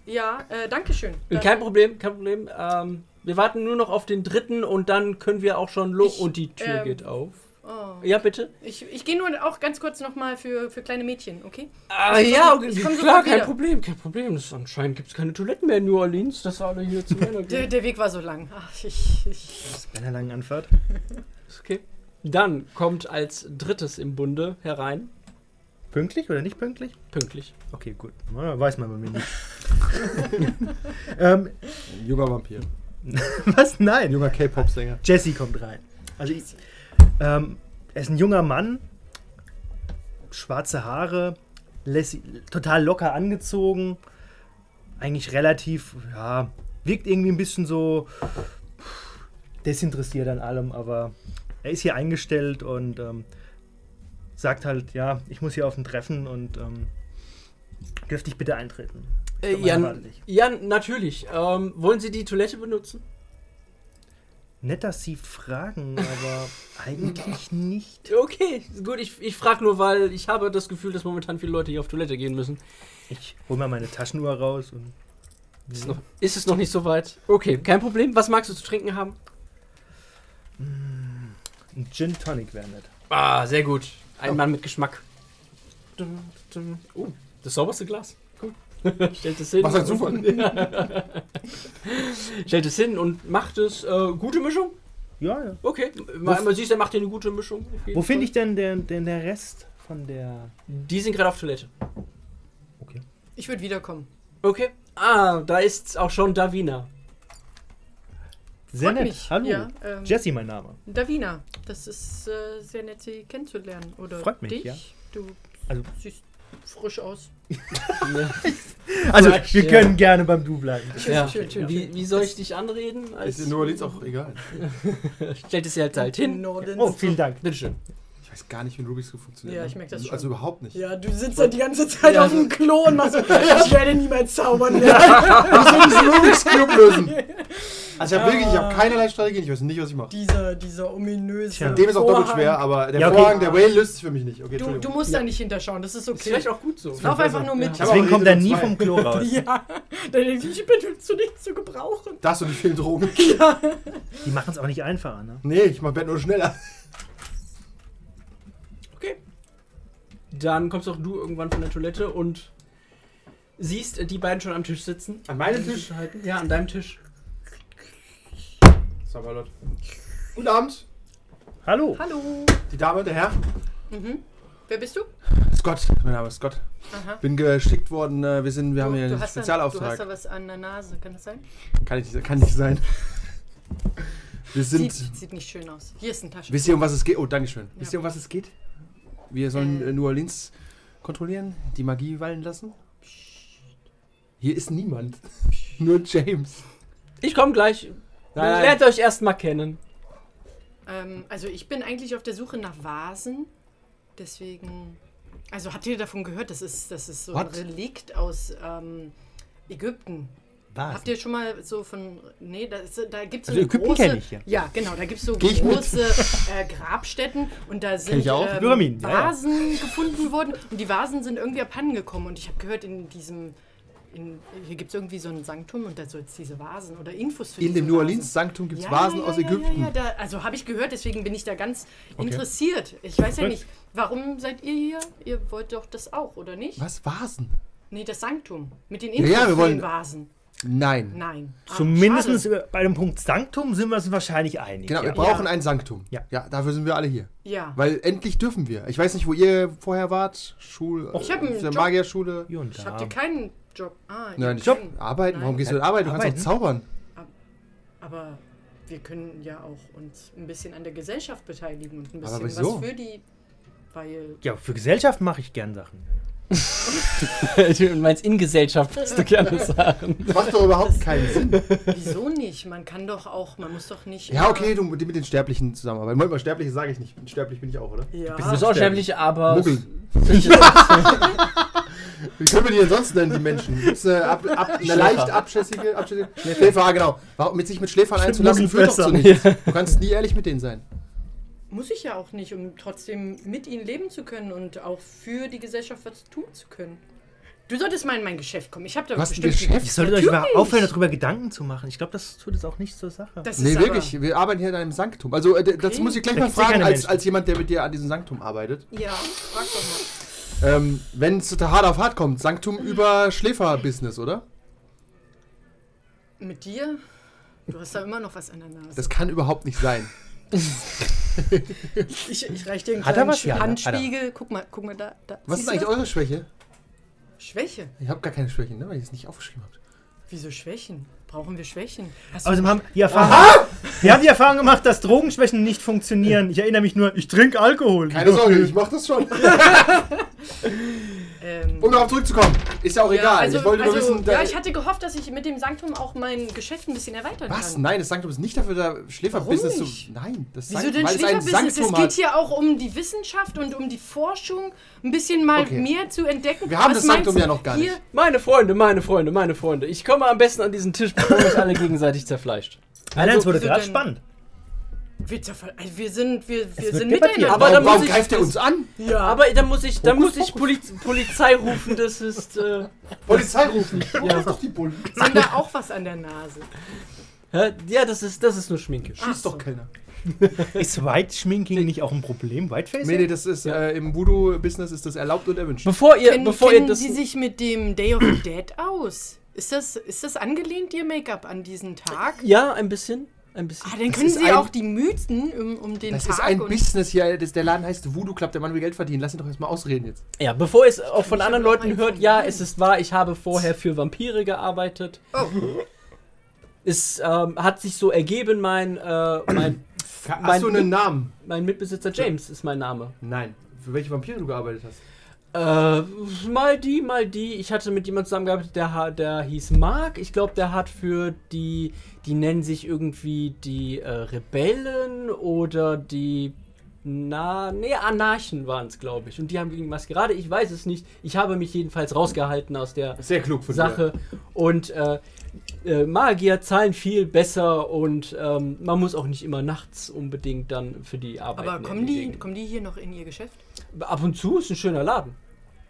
[SPEAKER 4] Ja, äh, danke schön.
[SPEAKER 1] Kein Problem, kein Problem. Ähm, wir warten nur noch auf den dritten und dann können wir auch schon los.
[SPEAKER 4] Ich,
[SPEAKER 1] Und die Tür
[SPEAKER 4] ähm,
[SPEAKER 1] geht auf.
[SPEAKER 4] Oh.
[SPEAKER 1] Ja, bitte?
[SPEAKER 4] Ich, ich gehe nur auch ganz kurz nochmal für, für kleine Mädchen, okay?
[SPEAKER 1] Ah,
[SPEAKER 4] Ich komm-
[SPEAKER 1] ja,
[SPEAKER 4] ich komm sofort
[SPEAKER 1] klar, kein
[SPEAKER 4] wieder.
[SPEAKER 1] Problem, kein Problem. Das, anscheinend gibt es keine Toiletten mehr in New Orleans, dass wir alle hier zu Männer
[SPEAKER 4] Der,
[SPEAKER 1] gehen.
[SPEAKER 4] der Weg war so lang. Ach, ich, ich.
[SPEAKER 3] Bei einer langen Anfahrt.
[SPEAKER 1] Ist Okay. Dann kommt als drittes im Bunde herein,
[SPEAKER 3] Pünktlich oder nicht pünktlich?
[SPEAKER 1] pünktlich.
[SPEAKER 3] Okay, gut. Na, Weiß man bei mir nicht. ähm,
[SPEAKER 5] Ein junger Vampir.
[SPEAKER 3] was? Nein.
[SPEAKER 5] junger K-Pop-Sänger.
[SPEAKER 3] Jesse kommt rein. Also, ich, ähm, er ist ein junger Mann, schwarze Haare, lässig, total locker angezogen, eigentlich relativ, ja, wirkt irgendwie ein bisschen so desinteressiert an allem, aber er ist hier eingestellt und ähm, sagt halt, ja, ich muss hier auf ein Treffen und ähm, dürfte ich bitte eintreten.
[SPEAKER 1] Äh,
[SPEAKER 3] glaub, meine
[SPEAKER 1] Jan,
[SPEAKER 3] warten nicht.
[SPEAKER 1] Jan, natürlich. Ähm, wollen Sie die Toilette benutzen?
[SPEAKER 3] Nett, dass Sie fragen, aber eigentlich nicht.
[SPEAKER 1] Okay, gut, ich, ich frage nur, weil ich habe das Gefühl, dass momentan viele Leute hier auf Toilette gehen müssen.
[SPEAKER 3] Ich hole mal meine Taschenuhr raus und
[SPEAKER 1] Ist, noch, ist es noch nicht so weit? Okay, kein Problem. Was magst du zu trinken haben?
[SPEAKER 3] ein Gin Tonic wäre nett.
[SPEAKER 1] Ah, sehr gut. Ein Mann mit Geschmack. Dun, dun. Oh, das sauberste Glas. Cool. Stellt es hin.
[SPEAKER 5] Was ein Zufall.
[SPEAKER 1] Stellt es hin und macht es äh, gute Mischung.
[SPEAKER 3] Ja, ja.
[SPEAKER 1] Okay, man, man sieht, er macht hier eine gute Mischung. auf jeden
[SPEAKER 3] Wo finde
[SPEAKER 1] Fall.
[SPEAKER 3] ich denn den, den, der Rest von der.
[SPEAKER 1] Die sind gerade auf Toilette.
[SPEAKER 3] Okay.
[SPEAKER 4] Ich würde wiederkommen.
[SPEAKER 1] Okay. Ah, da ist auch schon Davina.
[SPEAKER 3] Sehr
[SPEAKER 4] Freut
[SPEAKER 3] nett.
[SPEAKER 4] mich.
[SPEAKER 3] Hallo.
[SPEAKER 4] Ja, ähm,
[SPEAKER 3] Jesse, mein Name.
[SPEAKER 4] Davina, das ist äh, sehr nett, Sie kennenzulernen. Oder
[SPEAKER 3] Freut mich,
[SPEAKER 4] dich.
[SPEAKER 3] ja.
[SPEAKER 4] Du
[SPEAKER 3] Also-
[SPEAKER 4] siehst frisch aus.
[SPEAKER 3] Also,
[SPEAKER 1] Quatsch,
[SPEAKER 3] wir
[SPEAKER 1] ja.
[SPEAKER 3] können gerne beim Du bleiben.
[SPEAKER 1] Ja.
[SPEAKER 4] schön, schön.
[SPEAKER 1] Wie, wie soll ich dich anreden? Als-
[SPEAKER 2] Ist in New Orleans auch egal.
[SPEAKER 1] Stellt es ihr halt, halt
[SPEAKER 4] Im
[SPEAKER 1] hin.
[SPEAKER 4] Norden.
[SPEAKER 3] Oh, vielen Dank.
[SPEAKER 1] Bitteschön.
[SPEAKER 2] Ich weiß gar nicht, wie ein Rubik's Cube funktioniert.
[SPEAKER 4] Ja,
[SPEAKER 2] ne?
[SPEAKER 4] ich merk das schon.
[SPEAKER 2] Also überhaupt nicht.
[SPEAKER 4] Ja, du sitzt halt die ganze Zeit
[SPEAKER 1] Ja.
[SPEAKER 4] auf dem Klo und machst so, ich werde niemals zaubern lernen.
[SPEAKER 2] diesen Rubik's Cube lösen. Also ich habe wirklich, ich habe keinerlei Strategien, ich weiß nicht, was ich mache.
[SPEAKER 4] Dieser, dieser ominöse
[SPEAKER 3] Tja.
[SPEAKER 2] Dem ist auch doppelt
[SPEAKER 4] Vorhang.
[SPEAKER 2] schwer, aber der
[SPEAKER 3] Ja, okay.
[SPEAKER 2] Vorhang, der Whale löst sich für mich nicht. Okay,
[SPEAKER 4] Du, du
[SPEAKER 2] Entschuldigung.
[SPEAKER 4] musst da nicht hinterschauen, das ist
[SPEAKER 1] Ist
[SPEAKER 4] okay.
[SPEAKER 1] vielleicht auch gut so.
[SPEAKER 4] Lauf einfach nur mit.
[SPEAKER 1] Ja.
[SPEAKER 2] aber
[SPEAKER 3] Deswegen kommt er
[SPEAKER 2] Rede
[SPEAKER 3] nie
[SPEAKER 2] zwei.
[SPEAKER 3] vom Klo raus.
[SPEAKER 4] Ja, dann denke ich, ich bin zu nichts zu gebrauchen.
[SPEAKER 2] Das und nicht viel Drogen.
[SPEAKER 3] Die machen es auch nicht einfacher, ne?
[SPEAKER 2] Nee, ich mach Bett nur schneller.
[SPEAKER 1] Dann kommst auch du irgendwann von der Toilette und siehst äh, die beiden schon am Tisch sitzen.
[SPEAKER 2] An meinem
[SPEAKER 1] Die
[SPEAKER 2] Tisch.
[SPEAKER 1] sich halten. Ja, an deinem Tisch.
[SPEAKER 2] Sabalot. Guten Abend,
[SPEAKER 3] Hallo.
[SPEAKER 4] Hallo,
[SPEAKER 2] die Dame, der Herr.
[SPEAKER 4] Mhm. wer bist du?
[SPEAKER 2] Scott, mein Name ist Scott.
[SPEAKER 4] Aha.
[SPEAKER 2] Bin geschickt worden, äh, wir sind, wir haben hier
[SPEAKER 4] du
[SPEAKER 2] einen
[SPEAKER 4] hast da- Du
[SPEAKER 2] Spezialauftrag.
[SPEAKER 4] hast da was an der Nase, kann das sein?
[SPEAKER 2] kann, nicht, kann nicht sein. Wir sind,
[SPEAKER 4] Sieht, sieht nicht schön aus. Hier ist ein Taschentuch.
[SPEAKER 2] wisst ihr, um was es geht? Oh, Dankeschön.
[SPEAKER 4] Ja.
[SPEAKER 2] Wisst ihr, um was es geht? Wir sollen
[SPEAKER 4] Äh.
[SPEAKER 2] äh, New Orleans kontrollieren, die Magie wallen lassen. Hier ist niemand. Nur James.
[SPEAKER 1] Ich komme gleich.
[SPEAKER 2] Nein, nein.
[SPEAKER 1] Lernt euch erstmal kennen.
[SPEAKER 4] Ähm, also ich bin eigentlich auf der Suche nach Vasen. Deswegen. Also habt ihr davon gehört? Das ist, das ist so ein
[SPEAKER 2] What?
[SPEAKER 4] Relikt aus ähm, Ägypten.
[SPEAKER 3] Was?
[SPEAKER 4] Habt ihr schon mal so von. Nee, da, ist- da gibt
[SPEAKER 3] Also
[SPEAKER 4] es so eine
[SPEAKER 3] Ägypten
[SPEAKER 4] große,
[SPEAKER 3] kenn ich, ja.
[SPEAKER 4] Ja, genau, da gibt es so
[SPEAKER 2] Geh ich mit?
[SPEAKER 4] große äh, Grabstätten und da sind ähm,
[SPEAKER 2] ich auch.
[SPEAKER 3] Pyramiden, ja, ja.
[SPEAKER 4] Vasen gefunden worden und die Vasen sind irgendwie abhandengekommen und ich habe gehört, in diesem. In, hier gibt es irgendwie so einen Sanktum und da soll es diese Vasen oder Infos für
[SPEAKER 2] In
[SPEAKER 4] diese
[SPEAKER 2] dem New
[SPEAKER 4] Vasen.
[SPEAKER 2] Orleans Sanktum gibt es Vasen aus Ägypten.
[SPEAKER 4] Ja, ja, da, also habe ich gehört, deswegen bin ich da ganz interessiert. Ich weiß ja
[SPEAKER 3] Gut.
[SPEAKER 4] nicht, warum seid ihr hier? Ihr wollt doch das auch, oder nicht?
[SPEAKER 2] Was? Vasen?
[SPEAKER 4] Nee, das Sanktum. Mit den
[SPEAKER 2] ja,
[SPEAKER 4] Infos
[SPEAKER 2] wir
[SPEAKER 4] für
[SPEAKER 2] wollen-
[SPEAKER 4] den Vasen.
[SPEAKER 2] Nein.
[SPEAKER 4] Nein. Ah,
[SPEAKER 3] Zumindest
[SPEAKER 4] schade.
[SPEAKER 3] über- bei dem Punkt Sanktum sind wir uns wahrscheinlich einig.
[SPEAKER 2] Genau, wir
[SPEAKER 3] ja.
[SPEAKER 2] brauchen
[SPEAKER 4] Ja.
[SPEAKER 2] ein Sanktum.
[SPEAKER 3] Ja.
[SPEAKER 2] ja, dafür sind wir alle hier.
[SPEAKER 4] Ja.
[SPEAKER 2] Weil endlich dürfen wir. Ich weiß nicht, wo ihr vorher wart. Schule.
[SPEAKER 4] Ich hab einen
[SPEAKER 2] auf der
[SPEAKER 4] Job.
[SPEAKER 2] Magierschule.
[SPEAKER 3] Hier und
[SPEAKER 4] Ich
[SPEAKER 3] da.
[SPEAKER 4] hab dir keinen Job. Ah, ihr
[SPEAKER 2] Nein,
[SPEAKER 4] habt
[SPEAKER 2] ich
[SPEAKER 4] keinen.
[SPEAKER 2] arbeiten. Warum
[SPEAKER 4] Nein.
[SPEAKER 2] gehst du denn arbeiten? Du kannst
[SPEAKER 3] Arbeiten?
[SPEAKER 2] doch zaubern.
[SPEAKER 4] Aber wir können ja auch uns ein bisschen an der Gesellschaft beteiligen und ein bisschen
[SPEAKER 2] Aber wieso?
[SPEAKER 4] was für die. Weil.
[SPEAKER 3] Ja, für Gesellschaft mache ich gern Sachen.
[SPEAKER 1] du meinst in Gesellschaft, willst du gerne sagen.
[SPEAKER 2] Das macht doch überhaupt keinen Sinn.
[SPEAKER 4] Wieso nicht? Man kann doch auch, man muss doch nicht.
[SPEAKER 2] Ja,
[SPEAKER 4] immer-
[SPEAKER 2] okay, du mit den Sterblichen zusammenarbeiten. Moment mal, Sterbliche sage ich nicht. Sterblich bin ich auch, oder?
[SPEAKER 4] Ja.
[SPEAKER 1] Du bist auch sterblich, aber.
[SPEAKER 2] Muggel. Wie können wir die denn sonst nennen, die Menschen? Gibt's eine, ab, ab, eine leicht abschässige, abschässige Schläfer, ah, genau. Warum, mit sich mit Schläfern einzulassen,
[SPEAKER 3] Muggel
[SPEAKER 2] führt doch zu
[SPEAKER 3] besser.
[SPEAKER 2] nichts. Du kannst nie ehrlich mit denen sein.
[SPEAKER 4] Muss ich ja auch nicht, um trotzdem mit ihnen leben zu können und auch für die Gesellschaft was tun zu können. Du solltest mal in mein Geschäft kommen. Ich habe da
[SPEAKER 2] Du hast ein
[SPEAKER 3] Ihr
[SPEAKER 2] Geschäft.
[SPEAKER 3] solltet euch mal
[SPEAKER 4] Natürlich.
[SPEAKER 3] aufhören, darüber Gedanken zu machen. Ich glaube, das tut jetzt auch nicht zur Sache.
[SPEAKER 4] Das
[SPEAKER 2] Nee,
[SPEAKER 4] ist aber-
[SPEAKER 2] wirklich. Wir arbeiten hier in einem Sanktum. Also, äh, d- das
[SPEAKER 4] Okay.
[SPEAKER 2] muss ich gleich
[SPEAKER 3] Da
[SPEAKER 2] mal
[SPEAKER 3] gibt's ja
[SPEAKER 2] fragen,
[SPEAKER 3] keine
[SPEAKER 2] als,
[SPEAKER 3] Menschen.
[SPEAKER 2] als jemand, der mit dir an diesem Sanktum arbeitet.
[SPEAKER 4] Ja, frag doch mal.
[SPEAKER 2] Ähm, Wenn es hart auf hart kommt, Sanktum über Schläfer-Business, oder?
[SPEAKER 4] Mit dir? Du hast da immer noch was an der Nase.
[SPEAKER 2] Das kann überhaupt nicht sein.
[SPEAKER 4] ich ich reiche dir einen
[SPEAKER 3] Hat er
[SPEAKER 4] kleinen
[SPEAKER 3] was? Ja,
[SPEAKER 4] Handspiegel. Guck mal, guck mal da. da.
[SPEAKER 2] ne? Was ist
[SPEAKER 4] Siehst
[SPEAKER 2] eigentlich
[SPEAKER 4] du
[SPEAKER 2] eure Schwäche?
[SPEAKER 4] das? Schwäche?
[SPEAKER 2] Ich habe gar keine Schwächen, ne? weil ich es nicht aufgeschrieben habe.
[SPEAKER 4] Wieso Schwächen? Brauchen wir Schwächen? Hast du
[SPEAKER 2] Also,
[SPEAKER 3] Außerdem Also haben die Erfahrung, wir haben die Erfahrung gemacht, dass Drogenschwächen nicht funktionieren. Ich erinnere mich nur, ich trinke Alkohol.
[SPEAKER 2] Keine Sorge, ich mach das schon.
[SPEAKER 4] ähm,
[SPEAKER 2] Um darauf zurückzukommen, ist ja auch
[SPEAKER 4] ja,
[SPEAKER 2] Oh, egal.
[SPEAKER 4] also,
[SPEAKER 2] ich wollte
[SPEAKER 4] also,
[SPEAKER 2] nur wissen,
[SPEAKER 4] ja,
[SPEAKER 2] da-
[SPEAKER 4] ich hatte gehofft, dass ich mit dem Sanktum auch mein Geschäft ein bisschen erweitern
[SPEAKER 2] was?
[SPEAKER 4] kann.
[SPEAKER 2] Nein, das Sanktum ist nicht dafür da, Schläfer-Business
[SPEAKER 4] Warum
[SPEAKER 2] zu. Nein, das
[SPEAKER 4] Wieso
[SPEAKER 2] Sankt-
[SPEAKER 4] denn
[SPEAKER 2] weil es ein
[SPEAKER 4] Schläferbusiness? Es
[SPEAKER 2] Sanktum
[SPEAKER 4] geht
[SPEAKER 2] hat.
[SPEAKER 4] hier auch um die Wissenschaft und um die Forschung, ein bisschen mal
[SPEAKER 2] Okay.
[SPEAKER 4] mehr zu entdecken.
[SPEAKER 2] Wir haben
[SPEAKER 4] Was
[SPEAKER 2] das Sanktum
[SPEAKER 4] meinst du?
[SPEAKER 2] ja noch gar
[SPEAKER 4] hier,
[SPEAKER 2] nicht.
[SPEAKER 1] Meine Freunde, meine Freunde, meine Freunde. Ich komme am besten an diesen Tisch, bevor uns alle gegenseitig zerfleischt.
[SPEAKER 3] Nein, nein, es wurde
[SPEAKER 4] wieso
[SPEAKER 3] gerade
[SPEAKER 4] denn?
[SPEAKER 3] spannend.
[SPEAKER 4] Wir, zerfall- also wir sind, wir, wir
[SPEAKER 1] wird
[SPEAKER 4] sind
[SPEAKER 1] debattiert.
[SPEAKER 4] miteinander.
[SPEAKER 1] Aber dann
[SPEAKER 2] warum warum
[SPEAKER 1] muss ich-
[SPEAKER 2] greift er uns an?
[SPEAKER 4] ja, aber
[SPEAKER 1] Aber dann muss ich, dann muss ich Poli Polizei rufen, das ist. Äh,
[SPEAKER 5] Polizei rufen. Ja. Ruf doch die Bullen.
[SPEAKER 4] sind da auch was an der Nase?
[SPEAKER 1] hä? ja, das ist, das ist nur Schminke.
[SPEAKER 2] Schießt doch keiner.
[SPEAKER 3] Ist White Schminking nicht auch ein Problem? Whiteface?
[SPEAKER 2] Nee, nee, das ist
[SPEAKER 1] Ja.
[SPEAKER 2] äh, im Voodoo-Business ist das erlaubt und erwünscht.
[SPEAKER 1] Bevor ihr,
[SPEAKER 4] Kennen,
[SPEAKER 1] bevor ihr
[SPEAKER 4] kennen
[SPEAKER 1] das.
[SPEAKER 4] Sie sich mit dem Day of the Dead aus? Ist das, ist das angelehnt, Ihr Make-up, an diesen Tag?
[SPEAKER 1] Ja, ein bisschen. Ein bisschen.
[SPEAKER 4] Ah, dann
[SPEAKER 2] Das
[SPEAKER 4] können
[SPEAKER 2] ist
[SPEAKER 4] Sie
[SPEAKER 2] ein-
[SPEAKER 4] auch die Mythen um, um den
[SPEAKER 2] Das
[SPEAKER 4] Tag
[SPEAKER 2] ist ein
[SPEAKER 4] und
[SPEAKER 2] Business hier. Das, der Laden heißt Voodoo Club, der Mann will Geld verdienen. Lass ihn doch erstmal ausreden jetzt.
[SPEAKER 1] Ja, bevor ihr es auch von
[SPEAKER 4] mich
[SPEAKER 1] anderen
[SPEAKER 4] aber
[SPEAKER 1] Leuten
[SPEAKER 4] mal
[SPEAKER 1] hört, ja,
[SPEAKER 4] informieren.
[SPEAKER 1] es ist wahr, ich habe vorher für Vampire gearbeitet.
[SPEAKER 4] Oh.
[SPEAKER 1] Es ähm, hat sich so ergeben, mein, äh, mein,
[SPEAKER 2] Hast
[SPEAKER 1] Mein-
[SPEAKER 2] du einen Namen?
[SPEAKER 1] mein Mitbesitzer James ist mein Name.
[SPEAKER 2] Nein. Für welche Vampire du gearbeitet hast?
[SPEAKER 1] Äh, mal die, mal die. Ich hatte mit jemandem zusammengearbeitet, der, ha- der hieß Mark. Ich glaube, der hat für die, die nennen sich irgendwie die äh, Rebellen oder die, na, nee, Anarchen waren es, glaube ich. Und die haben gegen die Maskerade, ich weiß es nicht. Ich habe mich jedenfalls rausgehalten aus der
[SPEAKER 2] Sehr klug von
[SPEAKER 1] Sache. Und äh, äh, Magier zahlen viel besser und ähm, man muss auch nicht immer nachts unbedingt dann für die Arbeit.
[SPEAKER 4] Aber
[SPEAKER 2] ne,
[SPEAKER 4] kommen die, kommen die hier noch in Ihr Geschäft?
[SPEAKER 1] Ab und zu ist ein schöner Laden.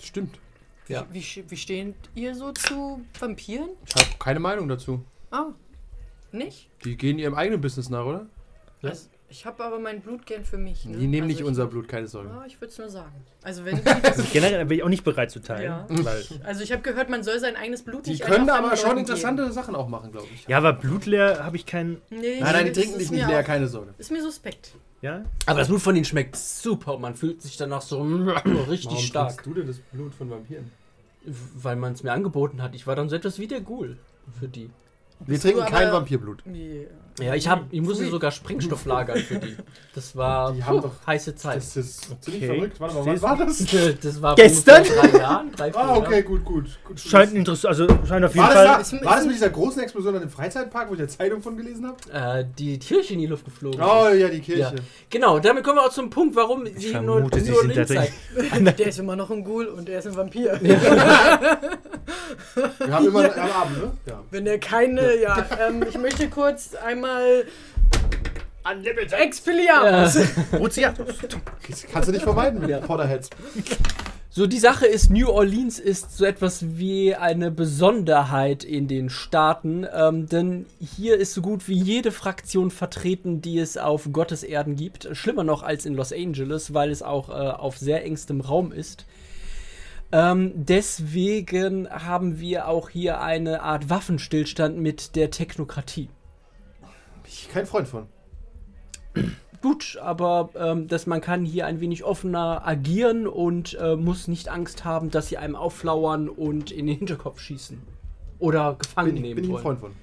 [SPEAKER 2] dir. Stimmt.
[SPEAKER 1] Ja.
[SPEAKER 4] Wie, sch- wie steht ihr so zu Vampiren?
[SPEAKER 2] Ich habe keine Meinung dazu.
[SPEAKER 4] Ah, nicht?
[SPEAKER 2] Die gehen ihrem eigenen Business nach, oder?
[SPEAKER 1] Ja.
[SPEAKER 4] Also, ich habe aber mein Blut gern für mich. Ne?
[SPEAKER 2] Die nehmen
[SPEAKER 4] also
[SPEAKER 2] nicht
[SPEAKER 4] ich, Ah.
[SPEAKER 2] unser Blut, keine Sorge.
[SPEAKER 4] Ja, ich würde es nur sagen. Also wenn die,
[SPEAKER 3] Also generell bin ich auch nicht bereit zu teilen.
[SPEAKER 4] Ja.
[SPEAKER 3] Weil,
[SPEAKER 4] also ich habe gehört, man soll sein eigenes Blut
[SPEAKER 2] Die
[SPEAKER 4] nicht
[SPEAKER 2] können
[SPEAKER 4] einfach
[SPEAKER 2] aber
[SPEAKER 4] anderen
[SPEAKER 2] schon
[SPEAKER 4] Leuten
[SPEAKER 2] interessante Sachen auch machen, glaube ich.
[SPEAKER 3] ja, aber blutleer habe ich keinen.
[SPEAKER 4] Geben. Nee,
[SPEAKER 2] Nein, nein, die
[SPEAKER 4] das
[SPEAKER 2] trinken
[SPEAKER 4] ist
[SPEAKER 2] dich nicht
[SPEAKER 4] mir
[SPEAKER 2] leer,
[SPEAKER 4] auch-
[SPEAKER 2] keine Sorge.
[SPEAKER 4] Ist mir suspekt.
[SPEAKER 3] Ja?
[SPEAKER 1] Aber das Blut von denen schmeckt super und man fühlt sich danach so richtig stark.
[SPEAKER 2] du denn das Blut von Vampiren?
[SPEAKER 1] Weil man es mir angeboten hat. Ich war dann so etwas wie der Ghoul für die.
[SPEAKER 2] Wir trinken
[SPEAKER 4] du
[SPEAKER 2] kein
[SPEAKER 4] aber-
[SPEAKER 2] Vampirblut.
[SPEAKER 4] Nee.
[SPEAKER 1] Ja, ich, hab, ich musste sogar Sprengstoff lagern für die. Das war
[SPEAKER 2] Die haben
[SPEAKER 1] puh,
[SPEAKER 2] doch-
[SPEAKER 1] heiße Zeit.
[SPEAKER 2] ist
[SPEAKER 3] Okay.
[SPEAKER 2] Warte
[SPEAKER 3] Siehst
[SPEAKER 2] war das?
[SPEAKER 1] Das war vor
[SPEAKER 3] Gestern?
[SPEAKER 1] ungefähr drei Jahren, drei, vier
[SPEAKER 5] Ah, okay,
[SPEAKER 1] Jahren.
[SPEAKER 5] gut, gut. gut
[SPEAKER 3] Scheint interessant, also scheint auf jeden
[SPEAKER 2] War
[SPEAKER 3] Fall.
[SPEAKER 2] das, da, war das mit dieser großen Explosion an dem Freizeitpark, wo ich der Zeitung von gelesen habe?
[SPEAKER 1] Äh, die Kirche in die Luft geflogen.
[SPEAKER 2] Oh
[SPEAKER 1] ist.
[SPEAKER 2] ja, die Kirche.
[SPEAKER 1] Ja. Genau, damit kommen wir auch zum Punkt, warum sie nur,
[SPEAKER 3] vermute, sie
[SPEAKER 1] nur
[SPEAKER 3] sind
[SPEAKER 1] links
[SPEAKER 3] tatsächlich-
[SPEAKER 1] zeigt.
[SPEAKER 4] Der ist immer noch ein Ghoul und der ist ein Vampir.
[SPEAKER 2] Wir haben immer am Abend, ne? Ja.
[SPEAKER 4] Wenn er keine, ja, ähm, ich möchte kurz einmal Expelliarmus.
[SPEAKER 1] Äh,
[SPEAKER 2] Das kannst du nicht vermeiden mit Potterheads.
[SPEAKER 1] So, die Sache ist, New Orleans ist so etwas wie eine Besonderheit in den Staaten, ähm, denn hier ist so gut wie jede Fraktion vertreten, die es auf Gottes Erden gibt. Schlimmer noch als in Los Angeles, weil es auch äh, auf sehr engstem Raum ist. Ähm, deswegen haben wir auch hier eine Art Waffenstillstand mit der Technokratie.
[SPEAKER 2] Bin ich kein Freund von.
[SPEAKER 1] Gut, aber ähm, dass man kann hier ein wenig offener agieren und äh, muss nicht Angst haben, dass sie einem aufflauern und in den Hinterkopf schießen oder gefangen
[SPEAKER 2] Bin ich,
[SPEAKER 1] nehmen
[SPEAKER 2] bin ich ein
[SPEAKER 1] wollen.
[SPEAKER 2] Freund von.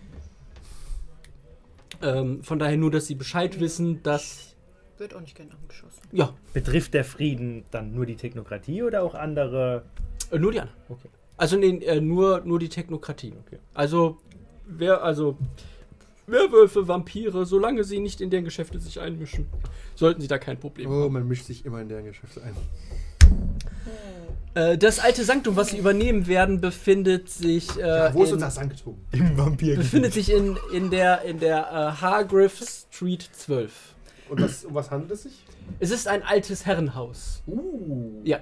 [SPEAKER 1] Ähm, von daher nur, dass sie Bescheid wissen, dass
[SPEAKER 4] Wird auch nicht gern angeschossen.
[SPEAKER 1] ja
[SPEAKER 3] Betrifft der Frieden dann nur die Technokratie oder auch andere?
[SPEAKER 1] äh, nur die anderen.
[SPEAKER 3] Okay.
[SPEAKER 1] Also nee, äh, nur nur die Technokratie. Also wer also Werwölfe, Vampire, solange sie nicht in deren Geschäfte sich einmischen, sollten sie da kein Problem haben.
[SPEAKER 2] Oh, man mischt sich immer in deren Geschäfte ein.
[SPEAKER 1] Äh, das alte Sanktum, was sie übernehmen werden, befindet sich äh,
[SPEAKER 2] Wo ist
[SPEAKER 1] in-
[SPEAKER 2] unser Sanktum?
[SPEAKER 3] Im Vampir.
[SPEAKER 1] befindet sich in, in der, in der äh, Hargriff Street 12.
[SPEAKER 2] Und was, um was handelt es sich?
[SPEAKER 1] Es ist ein altes Herrenhaus.
[SPEAKER 2] Uh.
[SPEAKER 1] Ja.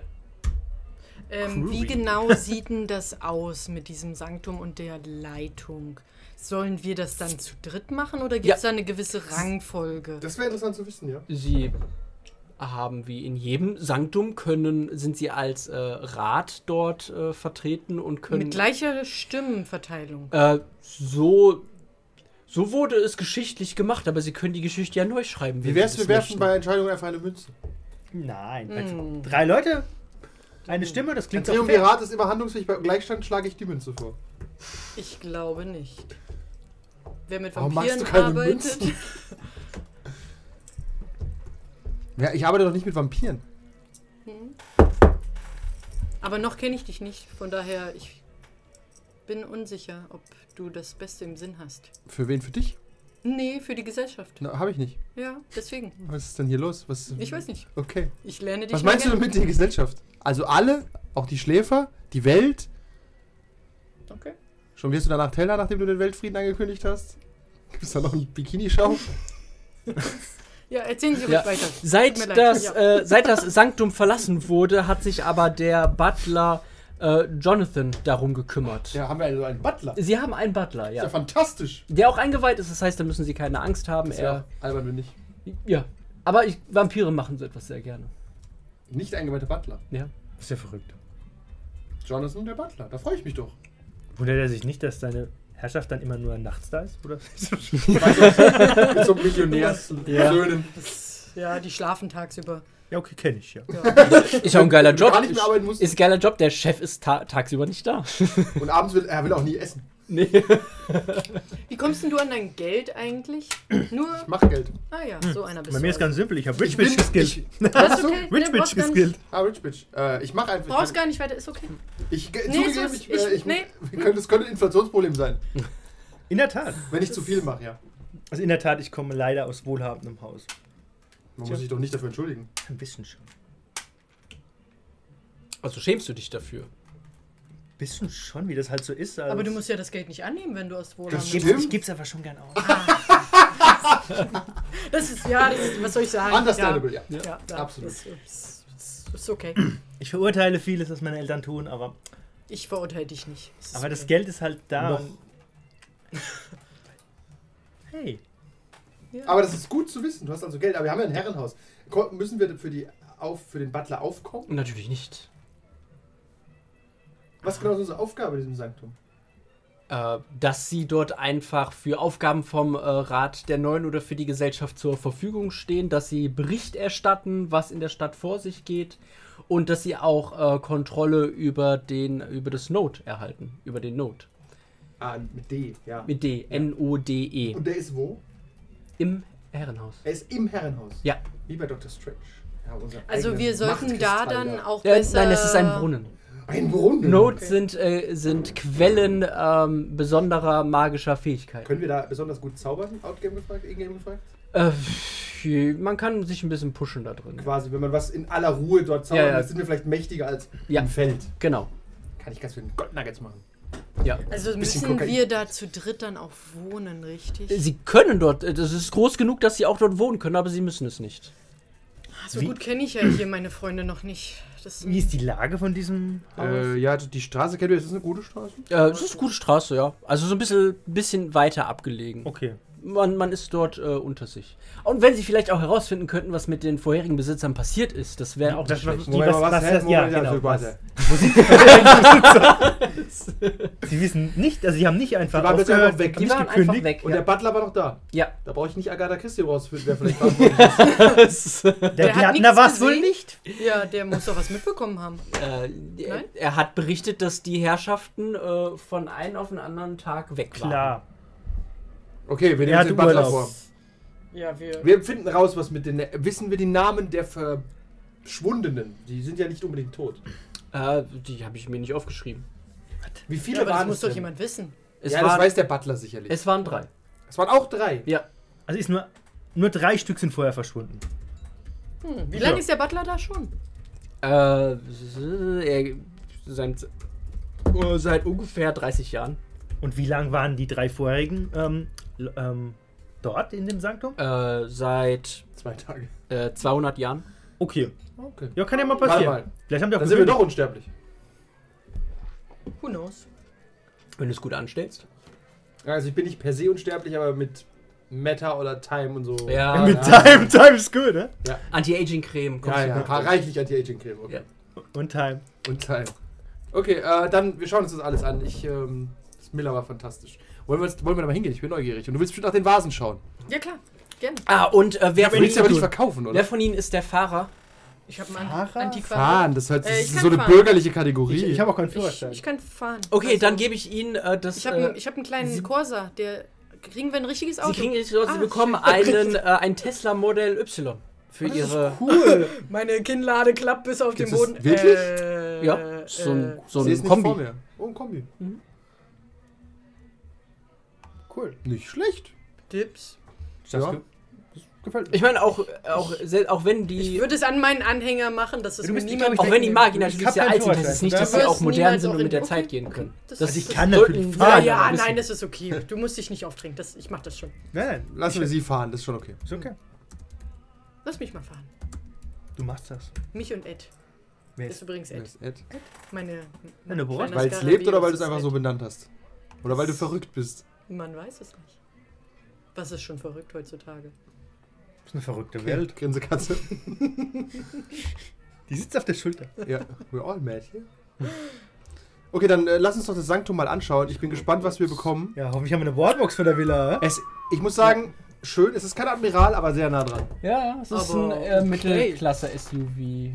[SPEAKER 4] Ähm, wie
[SPEAKER 3] Creepy.
[SPEAKER 4] genau sieht denn das aus mit diesem Sanktum und der Leitung? Sollen wir das dann zu dritt machen oder gibt es da eine gewisse Rangfolge?
[SPEAKER 2] Das wäre interessant zu wissen, ja.
[SPEAKER 1] Sie haben wie in jedem Sanktum können, sind sie als äh, Rat dort äh, vertreten und können.
[SPEAKER 4] Mit gleicher Stimmenverteilung.
[SPEAKER 1] äh, so. So wurde es geschichtlich gemacht, aber sie können die Geschichte ja neu schreiben.
[SPEAKER 2] Wie
[SPEAKER 1] wenn
[SPEAKER 2] wär's,
[SPEAKER 1] Sie
[SPEAKER 2] wir
[SPEAKER 1] das
[SPEAKER 2] werfen
[SPEAKER 1] möchten.
[SPEAKER 2] bei Entscheidungen einfach eine Münze?
[SPEAKER 3] Nein.
[SPEAKER 4] Hm.
[SPEAKER 3] Also, drei Leute, eine Stimme, das
[SPEAKER 2] Ein
[SPEAKER 3] klingt doch fair.
[SPEAKER 2] Triumvirat ist immer handlungsfähig, bei Gleichstand schlage ich die Münze vor.
[SPEAKER 4] Ich glaube nicht. Wer mit
[SPEAKER 2] Warum magst
[SPEAKER 4] Vampiren
[SPEAKER 2] du keine
[SPEAKER 4] arbeitet,
[SPEAKER 2] Münzen? Ja, ich arbeite doch nicht mit Vampiren.
[SPEAKER 4] aber noch kenne ich dich nicht. Von daher, ich bin unsicher, ob du das Beste im Sinn hast.
[SPEAKER 2] Für wen? Für dich?
[SPEAKER 4] Nee, für die Gesellschaft.
[SPEAKER 2] Na, hab ich nicht.
[SPEAKER 4] Ja, deswegen.
[SPEAKER 2] Was ist denn hier los? Was,
[SPEAKER 4] Ich weiß nicht.
[SPEAKER 2] Okay.
[SPEAKER 4] Ich lerne dich
[SPEAKER 2] Was
[SPEAKER 4] mal
[SPEAKER 2] meinst du
[SPEAKER 4] kennen.
[SPEAKER 2] damit die Gesellschaft? Also alle, auch die Schläfer, die Welt.
[SPEAKER 4] Okay.
[SPEAKER 2] Schon wirst du danach Teller, nachdem du den Weltfrieden angekündigt hast? Gibt es da noch einen Bikini-Schau?
[SPEAKER 4] Ja, erzählen Sie ruhig
[SPEAKER 1] Ja.
[SPEAKER 4] weiter. Tut mir
[SPEAKER 1] Seit,
[SPEAKER 4] leid,
[SPEAKER 1] das,
[SPEAKER 4] ja.
[SPEAKER 1] äh, seit das Sanktum verlassen wurde, hat sich aber der Butler äh, Jonathan darum gekümmert.
[SPEAKER 2] Ja, haben wir also einen Butler.
[SPEAKER 1] Sie haben einen Butler,
[SPEAKER 5] Ist ja
[SPEAKER 1] ja.
[SPEAKER 5] fantastisch.
[SPEAKER 1] Der auch eingeweiht ist, das heißt, da müssen Sie keine Angst haben.
[SPEAKER 2] Ist ja
[SPEAKER 1] Er,
[SPEAKER 2] albern bin ich.
[SPEAKER 1] ja. Aber ich, Vampire machen so etwas sehr gerne.
[SPEAKER 5] Nicht eingeweihter Butler.
[SPEAKER 1] Ja.
[SPEAKER 6] Ist ja verrückt.
[SPEAKER 5] Jonathan, der Butler. Da freue ich mich doch.
[SPEAKER 3] Wundert er sich nicht, dass deine Herrschaft dann immer nur nachts da ist? Oder?
[SPEAKER 5] Mit so Millionärs-Söhnen.
[SPEAKER 4] ja, die schlafen tagsüber.
[SPEAKER 3] Ja, okay, kenne ich ja.
[SPEAKER 1] Ist ja auch ein geiler
[SPEAKER 5] Wenn du gar
[SPEAKER 1] Job.
[SPEAKER 5] nicht mehr arbeiten musst.
[SPEAKER 1] Ist ein geiler Job, der Chef ist ta tagsüber nicht da.
[SPEAKER 5] Und abends will er will auch nie essen.
[SPEAKER 1] nee.
[SPEAKER 4] Wie kommst denn du an dein Geld eigentlich? Nur,
[SPEAKER 5] Mach Geld.
[SPEAKER 4] ah ja, so einer
[SPEAKER 3] Bei
[SPEAKER 4] bist du. also.
[SPEAKER 3] mir ist ganz simpel, ich habe Rich
[SPEAKER 5] Ich
[SPEAKER 3] Bitch
[SPEAKER 5] bin-
[SPEAKER 3] geskillt.
[SPEAKER 4] Das ist okay.
[SPEAKER 3] Rich
[SPEAKER 4] nee,
[SPEAKER 3] Bitch
[SPEAKER 4] Ne, brauchst gar
[SPEAKER 3] geskillt.
[SPEAKER 4] nicht-
[SPEAKER 5] Ah, Rich Bitch. Äh, ich mach einfach.
[SPEAKER 4] Brauchst gar nicht weiter, ist okay.
[SPEAKER 5] Ich, ich,
[SPEAKER 4] Nee,
[SPEAKER 5] zugegeben,
[SPEAKER 4] es ist-
[SPEAKER 5] ich, äh,
[SPEAKER 4] ich-
[SPEAKER 5] ich,
[SPEAKER 4] nee.
[SPEAKER 5] könnte, es könnte ein Inflationsproblem sein,
[SPEAKER 3] In der Tat.
[SPEAKER 5] wenn ich zu viel mache, ja.
[SPEAKER 3] Also in der Tat, ich komme leider aus wohlhabendem Haus.
[SPEAKER 5] Man muss sich doch nicht dafür entschuldigen.
[SPEAKER 3] Ein bisschen schon.
[SPEAKER 1] Also schämst du dich dafür?
[SPEAKER 3] Bisschen schon, wie das halt so ist. als-
[SPEAKER 4] Aber du musst ja das Geld nicht annehmen, wenn du aus Wohlhaben
[SPEAKER 5] Das
[SPEAKER 3] Ich
[SPEAKER 4] bist.
[SPEAKER 5] stimmt.
[SPEAKER 3] geb's, ich geb's aber schon gern aus.
[SPEAKER 4] Das ist, Ah, ja, das ist, was soll ich sagen?
[SPEAKER 5] Understandable, ja.
[SPEAKER 4] Ja, ja, ja
[SPEAKER 5] Absolut.
[SPEAKER 4] Das ist, ist, ist okay.
[SPEAKER 3] Ich verurteile vieles, was meine Eltern tun, aber,
[SPEAKER 4] Ich verurteile dich nicht. Es ist
[SPEAKER 3] aber das
[SPEAKER 4] okay.
[SPEAKER 3] Geld ist halt da.
[SPEAKER 2] Noch.
[SPEAKER 3] Und hey,
[SPEAKER 5] Aber das ist gut zu wissen. Du hast also Geld, aber wir haben ja ein Herrenhaus. Ko- Müssen wir für, die auf, für den Butler aufkommen?
[SPEAKER 1] Natürlich nicht.
[SPEAKER 5] Was genau ist unsere Aufgabe in diesem Sanktum?
[SPEAKER 1] Äh, dass sie dort einfach für Aufgaben vom äh, Rat der Neuen oder für die Gesellschaft zur Verfügung stehen, dass sie Bericht erstatten, was in der Stadt vor sich geht und dass sie auch äh, Kontrolle über den über das Note erhalten, über den Note
[SPEAKER 5] Ah, mit D, ja.
[SPEAKER 1] mit D N O D E
[SPEAKER 5] Und der ist wo?
[SPEAKER 1] im Herrenhaus.
[SPEAKER 5] Er ist im Herrenhaus.
[SPEAKER 1] Ja,
[SPEAKER 5] Wie bei Dr. Strange. Ja, unser
[SPEAKER 4] Also
[SPEAKER 5] eigener
[SPEAKER 4] wir sollten da
[SPEAKER 5] Machtkristall
[SPEAKER 4] dann
[SPEAKER 5] da.
[SPEAKER 4] auch
[SPEAKER 1] äh,
[SPEAKER 4] besser...
[SPEAKER 1] nein, es ist ein Brunnen.
[SPEAKER 5] Ein Brunnen.
[SPEAKER 1] Note sind äh, sind Quellen ähm, besonderer magischer Fähigkeiten.
[SPEAKER 5] Können wir da besonders gut zaubern? Outgame gefragt, Ingame gefragt?
[SPEAKER 1] Äh, man kann sich ein bisschen pushen da drin.
[SPEAKER 5] Quasi, wenn man was in aller Ruhe dort zaubert,
[SPEAKER 1] Ja, ja.
[SPEAKER 5] dann sind wir vielleicht mächtiger als
[SPEAKER 1] Ja.
[SPEAKER 5] im Feld.
[SPEAKER 1] Genau.
[SPEAKER 5] Kann ich ganz viel mit Gold Nuggets machen.
[SPEAKER 1] Ja.
[SPEAKER 4] Also
[SPEAKER 5] bisschen
[SPEAKER 4] müssen
[SPEAKER 5] Kokain.
[SPEAKER 4] wir da zu dritt dann auch wohnen, richtig?
[SPEAKER 1] Sie können dort, äh, das ist groß genug, dass sie auch dort wohnen können, aber sie müssen es nicht.
[SPEAKER 4] Ach, so gut kenne ich ja hier meine Freunde noch nicht. Das,
[SPEAKER 3] wie ist die Lage von diesem Haus?
[SPEAKER 2] Äh, ja, die Straße kennt ihr, das ist eine gute Straße.
[SPEAKER 1] Äh, es ist eine gute Straße, ja. Also so ein bisschen, bisschen weiter abgelegen.
[SPEAKER 3] Okay.
[SPEAKER 1] Man, man ist dort äh, unter sich. Und wenn sie vielleicht auch herausfinden könnten, was mit den vorherigen Besitzern passiert ist, das wäre auch
[SPEAKER 3] Das
[SPEAKER 1] nicht
[SPEAKER 3] war-
[SPEAKER 1] schlecht.
[SPEAKER 3] Die, was- was-
[SPEAKER 2] hä?
[SPEAKER 3] was-
[SPEAKER 2] Moment,
[SPEAKER 3] ja,
[SPEAKER 2] also,
[SPEAKER 3] genau,
[SPEAKER 2] warte.
[SPEAKER 3] Sie wissen nicht, also sie haben nicht einfach
[SPEAKER 2] Die waren plötzlich
[SPEAKER 3] aufgehört,
[SPEAKER 2] einfach weg.
[SPEAKER 3] haben
[SPEAKER 1] Die
[SPEAKER 3] nicht
[SPEAKER 1] waren einfach
[SPEAKER 3] gekündigt.
[SPEAKER 1] weg.
[SPEAKER 2] Und
[SPEAKER 1] ja.
[SPEAKER 2] der Butler war noch da.
[SPEAKER 1] ja.
[SPEAKER 2] Da brauche ich nicht Agatha Christie rausfinden, wer vielleicht war.
[SPEAKER 3] Der,
[SPEAKER 4] Der hat
[SPEAKER 3] Gärtner
[SPEAKER 4] nichts
[SPEAKER 3] war es wohl
[SPEAKER 4] gesehen.
[SPEAKER 3] nicht.
[SPEAKER 4] ja, der muss doch was mitbekommen haben.
[SPEAKER 1] äh, er- er hat berichtet, dass die Herrschaften äh, von einem auf den anderen Tag weg waren.
[SPEAKER 3] Klar.
[SPEAKER 2] Okay, wir
[SPEAKER 3] Er
[SPEAKER 2] nehmen
[SPEAKER 3] hat
[SPEAKER 2] den Butler
[SPEAKER 3] Urlaub.
[SPEAKER 2] vor.
[SPEAKER 4] Ja, wir...
[SPEAKER 2] Wir finden raus, was mit den. Wissen wir die Namen der Verschwundenen? Die sind ja nicht unbedingt tot.
[SPEAKER 1] Äh, die habe ich mir nicht aufgeschrieben.
[SPEAKER 2] Wie viele
[SPEAKER 4] ja, aber das
[SPEAKER 2] waren
[SPEAKER 4] muss
[SPEAKER 2] es?
[SPEAKER 4] doch
[SPEAKER 2] Denn?
[SPEAKER 4] jemand wissen.
[SPEAKER 1] Es,
[SPEAKER 2] ja, das
[SPEAKER 1] waren,
[SPEAKER 2] weiß der Butler sicherlich. Es,
[SPEAKER 1] es waren drei.
[SPEAKER 2] waren auch drei.
[SPEAKER 1] Ja.
[SPEAKER 3] Also ist nur, nur drei Stück sind vorher verschwunden.
[SPEAKER 4] Hm, wie
[SPEAKER 3] Ja.
[SPEAKER 4] lange ist der Butler da schon?
[SPEAKER 1] Äh, s- er, seit, äh, seit ungefähr 30 Jahren.
[SPEAKER 3] Und wie lang waren die drei vorherigen ähm, l- ähm, dort in dem Sanktum?
[SPEAKER 1] Äh, seit
[SPEAKER 2] Zwei Tage.
[SPEAKER 1] äh, 200 Jahren.
[SPEAKER 3] Okay.
[SPEAKER 2] Okay.
[SPEAKER 3] Ja, kann ja mal
[SPEAKER 2] Warte
[SPEAKER 3] passieren.
[SPEAKER 2] mal.
[SPEAKER 3] Vielleicht haben die auch
[SPEAKER 2] Dann sind wir
[SPEAKER 3] gekündigt.
[SPEAKER 2] doch unsterblich.
[SPEAKER 4] Who knows?
[SPEAKER 1] Wenn du es gut anstellst.
[SPEAKER 2] Also ich bin nicht per se unsterblich, aber mit Meta oder Time und so.
[SPEAKER 1] Ja,
[SPEAKER 3] Mit Time, Time ist gut, ne?
[SPEAKER 1] Anti-Aging-Creme. kommst
[SPEAKER 2] Ja,
[SPEAKER 1] du
[SPEAKER 2] ja,
[SPEAKER 1] gut durch.
[SPEAKER 2] reichlich Anti-Aging-Creme. Okay.
[SPEAKER 1] Ja.
[SPEAKER 3] Und Time.
[SPEAKER 2] Und Time. Okay, äh, dann, wir schauen uns das alles an. Ich, ähm, das Miller war fantastisch. Wollen wir, uns- wollen wir da mal hingehen? Ich bin neugierig. Und du willst bestimmt nach den Vasen schauen.
[SPEAKER 4] Ja, klar. Gerne.
[SPEAKER 1] Ah, und äh, wer,
[SPEAKER 2] Du
[SPEAKER 1] von
[SPEAKER 2] willst sie aber nicht
[SPEAKER 1] ihnen,
[SPEAKER 2] verkaufen, oder?
[SPEAKER 1] wer von ihnen ist der Fahrer?
[SPEAKER 4] Ich habe
[SPEAKER 3] Fahrer?
[SPEAKER 4] einen Antiquar.
[SPEAKER 2] Fahren, das, heißt, das
[SPEAKER 4] Äh, ich
[SPEAKER 2] ist
[SPEAKER 4] kann
[SPEAKER 2] so eine
[SPEAKER 4] fahren.
[SPEAKER 2] bürgerliche Kategorie.
[SPEAKER 3] Ich, ich habe auch keinen
[SPEAKER 4] Ich,
[SPEAKER 3] Führerschein.
[SPEAKER 4] ich kann fahren.
[SPEAKER 1] Okay,
[SPEAKER 4] Also,
[SPEAKER 1] dann gebe ich ihnen äh, das.
[SPEAKER 4] Ich habe
[SPEAKER 1] äh,
[SPEAKER 4] ich hab einen kleinen
[SPEAKER 1] Sie-
[SPEAKER 4] Corsa. Der, kriegen wir ein richtiges Auto?
[SPEAKER 1] Sie kriegen nicht so, Sie
[SPEAKER 4] Ah,
[SPEAKER 1] bekommen einen, äh, ein Tesla Modell Y für ihre.
[SPEAKER 2] cool.
[SPEAKER 4] Meine Kinnlade klappt bis auf
[SPEAKER 2] Gibt's
[SPEAKER 4] den
[SPEAKER 2] das
[SPEAKER 4] Boden.
[SPEAKER 2] wirklich?
[SPEAKER 4] Äh,
[SPEAKER 1] Ja, so ein,
[SPEAKER 4] äh,
[SPEAKER 1] so
[SPEAKER 2] Sie
[SPEAKER 1] ein
[SPEAKER 2] ist nicht vor
[SPEAKER 1] Kombi.
[SPEAKER 2] mir. Oh, ein Kombi.
[SPEAKER 1] Mhm.
[SPEAKER 2] Cool. Nicht schlecht.
[SPEAKER 4] Tipps.
[SPEAKER 2] Das
[SPEAKER 6] Ja.
[SPEAKER 2] ge- das gefällt mir.
[SPEAKER 1] Ich meine, auch, auch, sel- auch wenn
[SPEAKER 4] Ich
[SPEAKER 1] die.
[SPEAKER 4] würde es an meinen Anhänger machen, dass es
[SPEAKER 3] Du
[SPEAKER 4] mir
[SPEAKER 3] bist- ich
[SPEAKER 4] niemand
[SPEAKER 1] Auch wenn die
[SPEAKER 4] wegnehmen
[SPEAKER 1] Magier
[SPEAKER 4] kann.
[SPEAKER 1] natürlich
[SPEAKER 3] hab
[SPEAKER 1] sehr
[SPEAKER 3] keinen
[SPEAKER 1] alt sind, heißt es
[SPEAKER 3] Führerschein.
[SPEAKER 1] nicht,
[SPEAKER 3] Da
[SPEAKER 1] dass sie
[SPEAKER 4] wirst
[SPEAKER 1] auch
[SPEAKER 4] du
[SPEAKER 1] modern
[SPEAKER 4] niemals
[SPEAKER 1] sind
[SPEAKER 4] auch
[SPEAKER 1] und mit
[SPEAKER 4] in-
[SPEAKER 1] der
[SPEAKER 4] okay,
[SPEAKER 1] Zeit gehen können.
[SPEAKER 4] Das
[SPEAKER 1] Das
[SPEAKER 4] ist-
[SPEAKER 1] ist
[SPEAKER 4] das
[SPEAKER 3] kann
[SPEAKER 1] sollten-
[SPEAKER 3] natürlich
[SPEAKER 4] Ja,
[SPEAKER 3] fahren,
[SPEAKER 4] ja,
[SPEAKER 3] aber-
[SPEAKER 4] nein, das ist okay. Du musst dich nicht aufdrängen. Das, ich mach das schon.
[SPEAKER 3] Nein, nein.
[SPEAKER 2] Lassen wir sie fahren, das ist schon okay.
[SPEAKER 3] Ist okay.
[SPEAKER 4] Lass mich mal fahren.
[SPEAKER 3] Du machst das.
[SPEAKER 4] Mich und Ed.
[SPEAKER 3] Wer
[SPEAKER 4] Ist übrigens Ed. Meine.
[SPEAKER 3] Eine
[SPEAKER 4] mein
[SPEAKER 3] Bohr?
[SPEAKER 4] kleiner
[SPEAKER 2] Weil es
[SPEAKER 4] Scarabier
[SPEAKER 2] lebt oder weil du
[SPEAKER 4] ist
[SPEAKER 2] es einfach
[SPEAKER 4] Ed.
[SPEAKER 2] so benannt hast? Oder weil du verrückt bist?
[SPEAKER 4] Man weiß es nicht. Was ist schon verrückt heutzutage?
[SPEAKER 3] Das ist eine verrückte Welt.
[SPEAKER 2] Grinsekatze.
[SPEAKER 3] Die sitzt auf der Schulter.
[SPEAKER 2] Ja, we're all mad here. Okay, dann äh, lass uns doch das Sanktum mal anschauen. Ich bin gespannt, was wir bekommen.
[SPEAKER 3] Ja, hoffentlich haben wir eine Boardbox für der Villa. hä?
[SPEAKER 2] Es, ich muss sagen, schön, es ist kein Admiral, aber sehr nah dran.
[SPEAKER 1] Ja, es ist
[SPEAKER 4] Aber
[SPEAKER 1] ein äh,
[SPEAKER 4] okay.
[SPEAKER 1] Mittelklasse-SUV.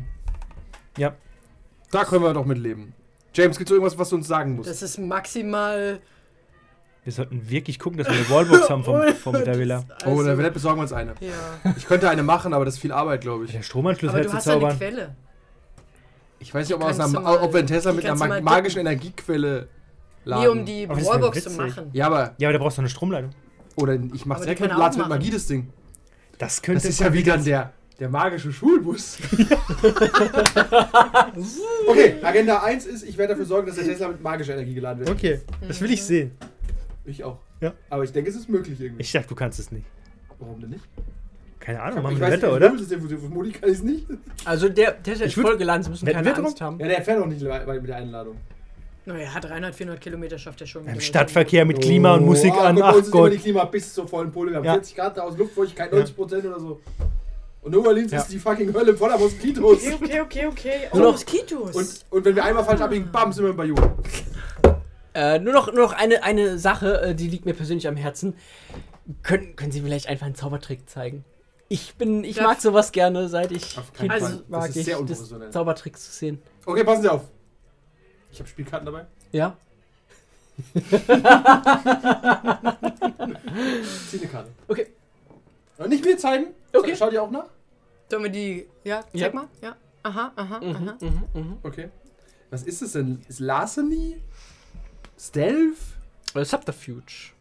[SPEAKER 2] Da können wir doch mit leben. James, gibt's irgendwas, was du uns sagen musst?
[SPEAKER 4] Das ist maximal.
[SPEAKER 6] Wir sollten wirklich gucken, dass wir eine Wallbox haben vom, vom der Villa.
[SPEAKER 4] Also,
[SPEAKER 2] Oh, dann vielleicht besorgen wir uns eine.
[SPEAKER 4] ja.
[SPEAKER 2] Ich könnte eine machen, aber das ist viel Arbeit, glaube ich.
[SPEAKER 6] Der Stromanschluss
[SPEAKER 4] Aber du hast eine
[SPEAKER 6] herzuzaubern.
[SPEAKER 4] Quelle.
[SPEAKER 2] Ich weiß nicht, ob, wir aus
[SPEAKER 4] Kannst
[SPEAKER 2] einer,
[SPEAKER 4] du mal-
[SPEAKER 2] ob wir einen Tesla
[SPEAKER 4] die
[SPEAKER 2] mit einer
[SPEAKER 4] kannst du
[SPEAKER 2] ma-
[SPEAKER 4] mal
[SPEAKER 2] magischen Energiequelle laden.
[SPEAKER 4] Nee, um die
[SPEAKER 3] Aber das wär
[SPEAKER 4] Wallbox zu
[SPEAKER 3] witzig.
[SPEAKER 4] machen.
[SPEAKER 2] ja, aber.
[SPEAKER 6] Ja, aber da brauchst du eine Stromleitung.
[SPEAKER 2] Oder ich mach's
[SPEAKER 4] Aber die
[SPEAKER 2] direkt
[SPEAKER 4] kann
[SPEAKER 2] mit
[SPEAKER 4] er auch
[SPEAKER 2] Platz mit
[SPEAKER 4] machen.
[SPEAKER 2] Magie, das Ding.
[SPEAKER 6] Das
[SPEAKER 2] Das
[SPEAKER 6] könnte.
[SPEAKER 2] ist ja wie dann der, der magische Schulbus.
[SPEAKER 5] Okay, Agenda 1 ist, ich werde dafür sorgen, dass der Tesla mit magischer Energie geladen wird.
[SPEAKER 3] Okay, das
[SPEAKER 4] Mhm.
[SPEAKER 3] will ich sehen.
[SPEAKER 5] Ich auch.
[SPEAKER 6] Ja.
[SPEAKER 5] Aber ich denke, es ist möglich irgendwie.
[SPEAKER 6] Ich dachte, du kannst es nicht.
[SPEAKER 5] Warum denn nicht?
[SPEAKER 6] Keine
[SPEAKER 5] Ich
[SPEAKER 6] Ahnung,
[SPEAKER 5] hab-
[SPEAKER 6] machen
[SPEAKER 5] ich
[SPEAKER 6] wir
[SPEAKER 5] weiß
[SPEAKER 6] Wetter,
[SPEAKER 5] nicht,
[SPEAKER 6] oder?
[SPEAKER 5] das System funktioniert. Für Modi kann ich es nicht.
[SPEAKER 1] Also der Tesla ist
[SPEAKER 6] Ich würd-
[SPEAKER 1] voll geladen, Sie müssen
[SPEAKER 6] Wetten
[SPEAKER 1] keine
[SPEAKER 6] wir drum?
[SPEAKER 1] Angst haben.
[SPEAKER 5] Ja, der fährt auch nicht weit weit mit der Einladung.
[SPEAKER 4] Naja, 300, 400 Kilometer schafft er schon. Genau.
[SPEAKER 6] Im Stadtverkehr mit Klima
[SPEAKER 3] Oh,
[SPEAKER 6] und Musik
[SPEAKER 5] ah,
[SPEAKER 6] an.
[SPEAKER 5] Gott, bei uns
[SPEAKER 6] Ach
[SPEAKER 5] ist immer
[SPEAKER 6] Gott.
[SPEAKER 5] die Klima bis zur vollen Pole. Wir haben
[SPEAKER 6] Ja.
[SPEAKER 5] 40 Grad da aus Luftfeuchtigkeit, 90 Prozent oder so. Und New Orleans
[SPEAKER 2] Ja.
[SPEAKER 5] ist die fucking Hölle voller Moskitos.
[SPEAKER 4] Okay, okay, okay, okay. Oh,
[SPEAKER 1] Nur noch-
[SPEAKER 4] Moskitos.
[SPEAKER 5] Und, und wenn wir einmal falsch abbiegen, bam, sind wir bei Jungen.
[SPEAKER 1] Äh, nur noch, nur noch eine, eine Sache, äh, die liegt mir persönlich am Herzen. Können, können Sie vielleicht einfach einen Zaubertrick zeigen? Ich bin, ich
[SPEAKER 4] Ja.
[SPEAKER 1] mag sowas gerne, seit ich
[SPEAKER 2] Auf keinen
[SPEAKER 1] Kind
[SPEAKER 4] Also,
[SPEAKER 2] Fall.
[SPEAKER 1] mag
[SPEAKER 2] Das ist
[SPEAKER 1] ich
[SPEAKER 2] sehr
[SPEAKER 1] das
[SPEAKER 2] unprofessionell.
[SPEAKER 1] Zaubertricks zu sehen.
[SPEAKER 5] Okay, passen Sie auf. Ich habe Spielkarten dabei.
[SPEAKER 1] Ja?
[SPEAKER 5] Zieh eine Karte.
[SPEAKER 1] Okay.
[SPEAKER 5] Und Äh, nicht mir zeigen.
[SPEAKER 1] Okay.
[SPEAKER 5] Schau dir auch nach.
[SPEAKER 4] Sollen wir die. Ja, zeig
[SPEAKER 1] Ja.
[SPEAKER 4] mal. Ja. Aha, aha, aha.
[SPEAKER 1] Mhm, mhm.
[SPEAKER 5] Okay. Was ist das denn? Ist Larceny? Stealth?
[SPEAKER 1] Äh, Subterfuge.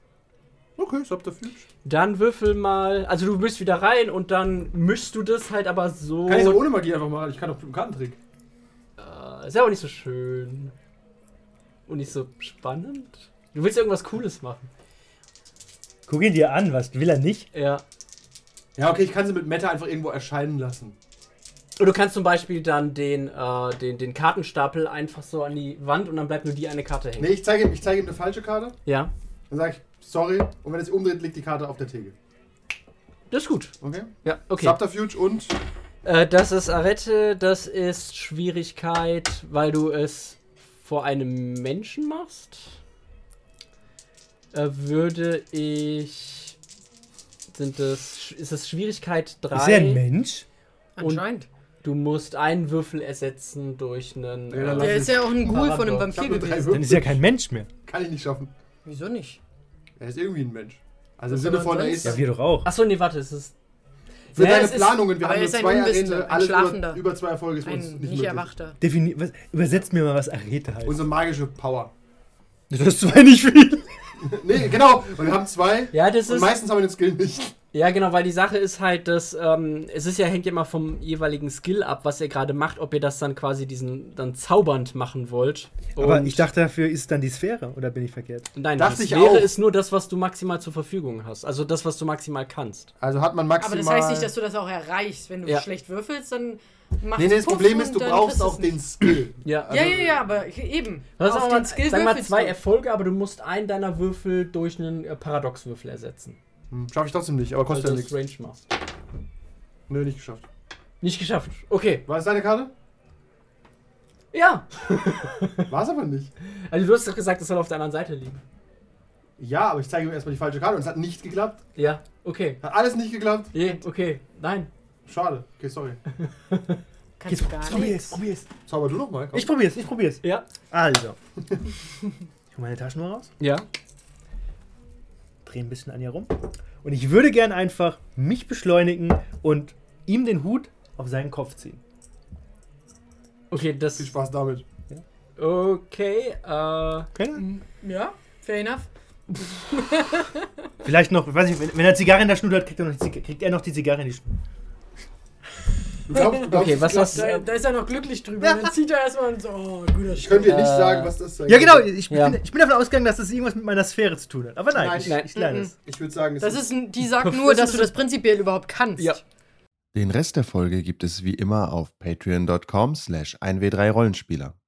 [SPEAKER 5] Okay, Subterfuge.
[SPEAKER 1] Dann würfel mal, also du bist wieder rein und dann mischst du das halt aber so.
[SPEAKER 5] Kann ich so ohne Magie einfach mal. Ich kann doch mit dem Kartentrick.
[SPEAKER 1] Äh, ist ja aber nicht so schön. Und nicht so spannend. Du willst irgendwas Cooles machen.
[SPEAKER 6] Guck ihn dir an, was will er nicht?
[SPEAKER 1] Ja.
[SPEAKER 5] Ja, okay, ich kann sie mit Meta einfach irgendwo erscheinen lassen.
[SPEAKER 1] Und du kannst zum Beispiel dann den, äh, den, den Kartenstapel einfach so an die Wand und dann bleibt nur die eine Karte hängen.
[SPEAKER 5] Nee, ich zeige ihm, ich zeige ihm eine falsche Karte.
[SPEAKER 1] Ja.
[SPEAKER 5] Dann sage ich, sorry. Und wenn er sich umdreht, liegt die Karte auf der Theke.
[SPEAKER 1] Das ist gut.
[SPEAKER 5] Okay?
[SPEAKER 1] Ja, okay.
[SPEAKER 5] Subterfuge und.
[SPEAKER 1] Äh, das ist Arette, das ist Schwierigkeit, weil du es vor einem Menschen machst. Äh, würde ich. Sind das. Ist das Schwierigkeit 3?
[SPEAKER 6] Ist er ein Mensch?
[SPEAKER 4] Anscheinend.
[SPEAKER 1] Du musst einen Würfel ersetzen durch einen.
[SPEAKER 2] Ja, dann
[SPEAKER 1] äh,
[SPEAKER 4] Der ist ja auch ein Ghoul von einem
[SPEAKER 5] Ich
[SPEAKER 1] Paradox.
[SPEAKER 4] Vampir
[SPEAKER 5] hab nur drei
[SPEAKER 4] gewesen.
[SPEAKER 6] Dann ist er kein Mensch mehr.
[SPEAKER 5] Kann ich nicht schaffen.
[SPEAKER 4] Wieso nicht?
[SPEAKER 5] Er ist irgendwie ein Mensch. Also im
[SPEAKER 4] Was
[SPEAKER 5] Sinne
[SPEAKER 4] soll
[SPEAKER 5] von,
[SPEAKER 4] man
[SPEAKER 5] er
[SPEAKER 4] sonst
[SPEAKER 5] ist.
[SPEAKER 6] Ja, wir doch auch.
[SPEAKER 1] Achso, nee, warte, es ist.
[SPEAKER 5] Für
[SPEAKER 1] Ja,
[SPEAKER 5] deine
[SPEAKER 1] es ist-
[SPEAKER 5] Planungen, wir
[SPEAKER 4] aber
[SPEAKER 5] haben
[SPEAKER 4] er
[SPEAKER 5] nur
[SPEAKER 4] ist ein
[SPEAKER 5] zwei
[SPEAKER 4] Unwissender,
[SPEAKER 5] Arenen,
[SPEAKER 4] ein
[SPEAKER 5] alles über,
[SPEAKER 4] Schlafender.
[SPEAKER 5] über zwei Erfolge ist für uns
[SPEAKER 4] Ein
[SPEAKER 5] nicht,
[SPEAKER 4] nicht,
[SPEAKER 5] möglich.
[SPEAKER 4] erwachter.
[SPEAKER 6] Defini was, übersetzt mir mal, was Arete
[SPEAKER 3] Oh,
[SPEAKER 6] heißt.
[SPEAKER 5] Unsere magische Power.
[SPEAKER 6] Das ist zwar nicht viel.
[SPEAKER 5] Nee, genau. Und wir haben zwei.
[SPEAKER 1] Ja, das
[SPEAKER 5] und
[SPEAKER 1] ist.
[SPEAKER 5] meistens haben wir den Skill nicht.
[SPEAKER 1] Ja, genau, weil die Sache ist halt, dass ähm, es ist ja hängt ja immer vom jeweiligen Skill ab, was ihr gerade macht, ob ihr das dann quasi diesen dann zaubernd machen wollt.
[SPEAKER 6] Oh,
[SPEAKER 3] Aber
[SPEAKER 1] Und-
[SPEAKER 3] ich dachte, dafür ist dann die Sphäre, oder bin ich verkehrt?
[SPEAKER 1] nein,
[SPEAKER 5] Dachte
[SPEAKER 1] das
[SPEAKER 5] ich
[SPEAKER 1] wäre
[SPEAKER 5] auch.
[SPEAKER 1] ist nur das, was du maximal zur Verfügung hast, also das, was du maximal kannst.
[SPEAKER 2] Also hat man
[SPEAKER 4] Aber
[SPEAKER 2] maximal.
[SPEAKER 4] das heißt nicht, dass du das auch erreichst. Wenn du
[SPEAKER 1] Ja.
[SPEAKER 4] schlecht würfelst, dann machst
[SPEAKER 2] Nee, nee, das
[SPEAKER 4] Puff
[SPEAKER 2] Problem
[SPEAKER 4] und
[SPEAKER 2] ist, du
[SPEAKER 4] dann
[SPEAKER 2] brauchst
[SPEAKER 4] kriegst du's
[SPEAKER 2] auch
[SPEAKER 4] nicht.
[SPEAKER 2] den Skill.
[SPEAKER 1] Ja.
[SPEAKER 4] Ja, ja, ja, aber eben.
[SPEAKER 1] Du hast
[SPEAKER 4] Auf
[SPEAKER 1] auch
[SPEAKER 4] den
[SPEAKER 1] mal,
[SPEAKER 4] Skill
[SPEAKER 1] sag mal
[SPEAKER 4] würfelst
[SPEAKER 1] zwei
[SPEAKER 4] du.
[SPEAKER 1] Erfolge, aber du musst einen deiner Würfel durch einen äh, Paradoxwürfel ersetzen.
[SPEAKER 2] Hm, Schaff ich trotzdem nicht, aber kostet
[SPEAKER 1] Weil
[SPEAKER 2] ja
[SPEAKER 1] du Also
[SPEAKER 2] nichts.
[SPEAKER 1] das Range machst.
[SPEAKER 5] Nö, nicht geschafft.
[SPEAKER 1] Nicht geschafft. Okay.
[SPEAKER 5] War es deine Karte?
[SPEAKER 1] Ja.
[SPEAKER 5] War es aber nicht.
[SPEAKER 1] Also du hast doch gesagt, es soll auf der anderen Seite liegen.
[SPEAKER 5] Ja, aber ich zeige ihm erstmal die falsche Karte und es hat nicht geklappt.
[SPEAKER 1] Ja. Okay.
[SPEAKER 5] Hat alles nicht geklappt.
[SPEAKER 1] Je, okay. Nein.
[SPEAKER 5] Schade. Okay, sorry.
[SPEAKER 4] Kannst du gar nicht.
[SPEAKER 3] probier's.
[SPEAKER 5] Zauber du nochmal.
[SPEAKER 3] Ich probier's, ich probier's.
[SPEAKER 1] Ja.
[SPEAKER 3] Also. Ich hol meine Taschen mal raus,
[SPEAKER 1] Ja.
[SPEAKER 3] drehe ein bisschen an ihr rum. Und ich würde gern einfach mich beschleunigen und ihm den Hut auf seinen Kopf ziehen.
[SPEAKER 1] Okay,
[SPEAKER 5] Viel
[SPEAKER 1] das.
[SPEAKER 5] Spaß damit.
[SPEAKER 1] Okay. Äh.
[SPEAKER 3] Okay?
[SPEAKER 4] Ja, fair enough.
[SPEAKER 3] Vielleicht noch, ich weiß nicht, wenn, wenn er Zigarre in der Schnur hat, kriegt er, noch die, Zig- kriegt er noch die Zigarre in die Schnur.
[SPEAKER 5] Du glaubst, du glaubst,
[SPEAKER 1] Okay,
[SPEAKER 5] es
[SPEAKER 1] was
[SPEAKER 5] klappt.
[SPEAKER 1] hast
[SPEAKER 4] Da,
[SPEAKER 1] du? äh,
[SPEAKER 4] da ist er noch glücklich drüber. Dann zieht er erstmal und so, oh, guter
[SPEAKER 5] Ich könnte dir nicht
[SPEAKER 1] Äh,
[SPEAKER 5] sagen, was das sein
[SPEAKER 3] Ja, genau,
[SPEAKER 5] könnte.
[SPEAKER 3] ich,
[SPEAKER 1] Ja.
[SPEAKER 3] Bin, ich bin davon ausgegangen, dass das irgendwas mit meiner Sphäre zu tun hat. Aber nein,
[SPEAKER 5] Nein,
[SPEAKER 3] ich,
[SPEAKER 1] nein.
[SPEAKER 3] ich lerne es.
[SPEAKER 5] Ich würde sagen, es
[SPEAKER 4] Das
[SPEAKER 5] ist
[SPEAKER 4] ist, ein- die sagt nur, dass du das prinzipiell überhaupt kannst.
[SPEAKER 1] Ja.
[SPEAKER 7] Den Rest der Folge gibt es wie immer auf patreon.com slash 1w3rollenspieler.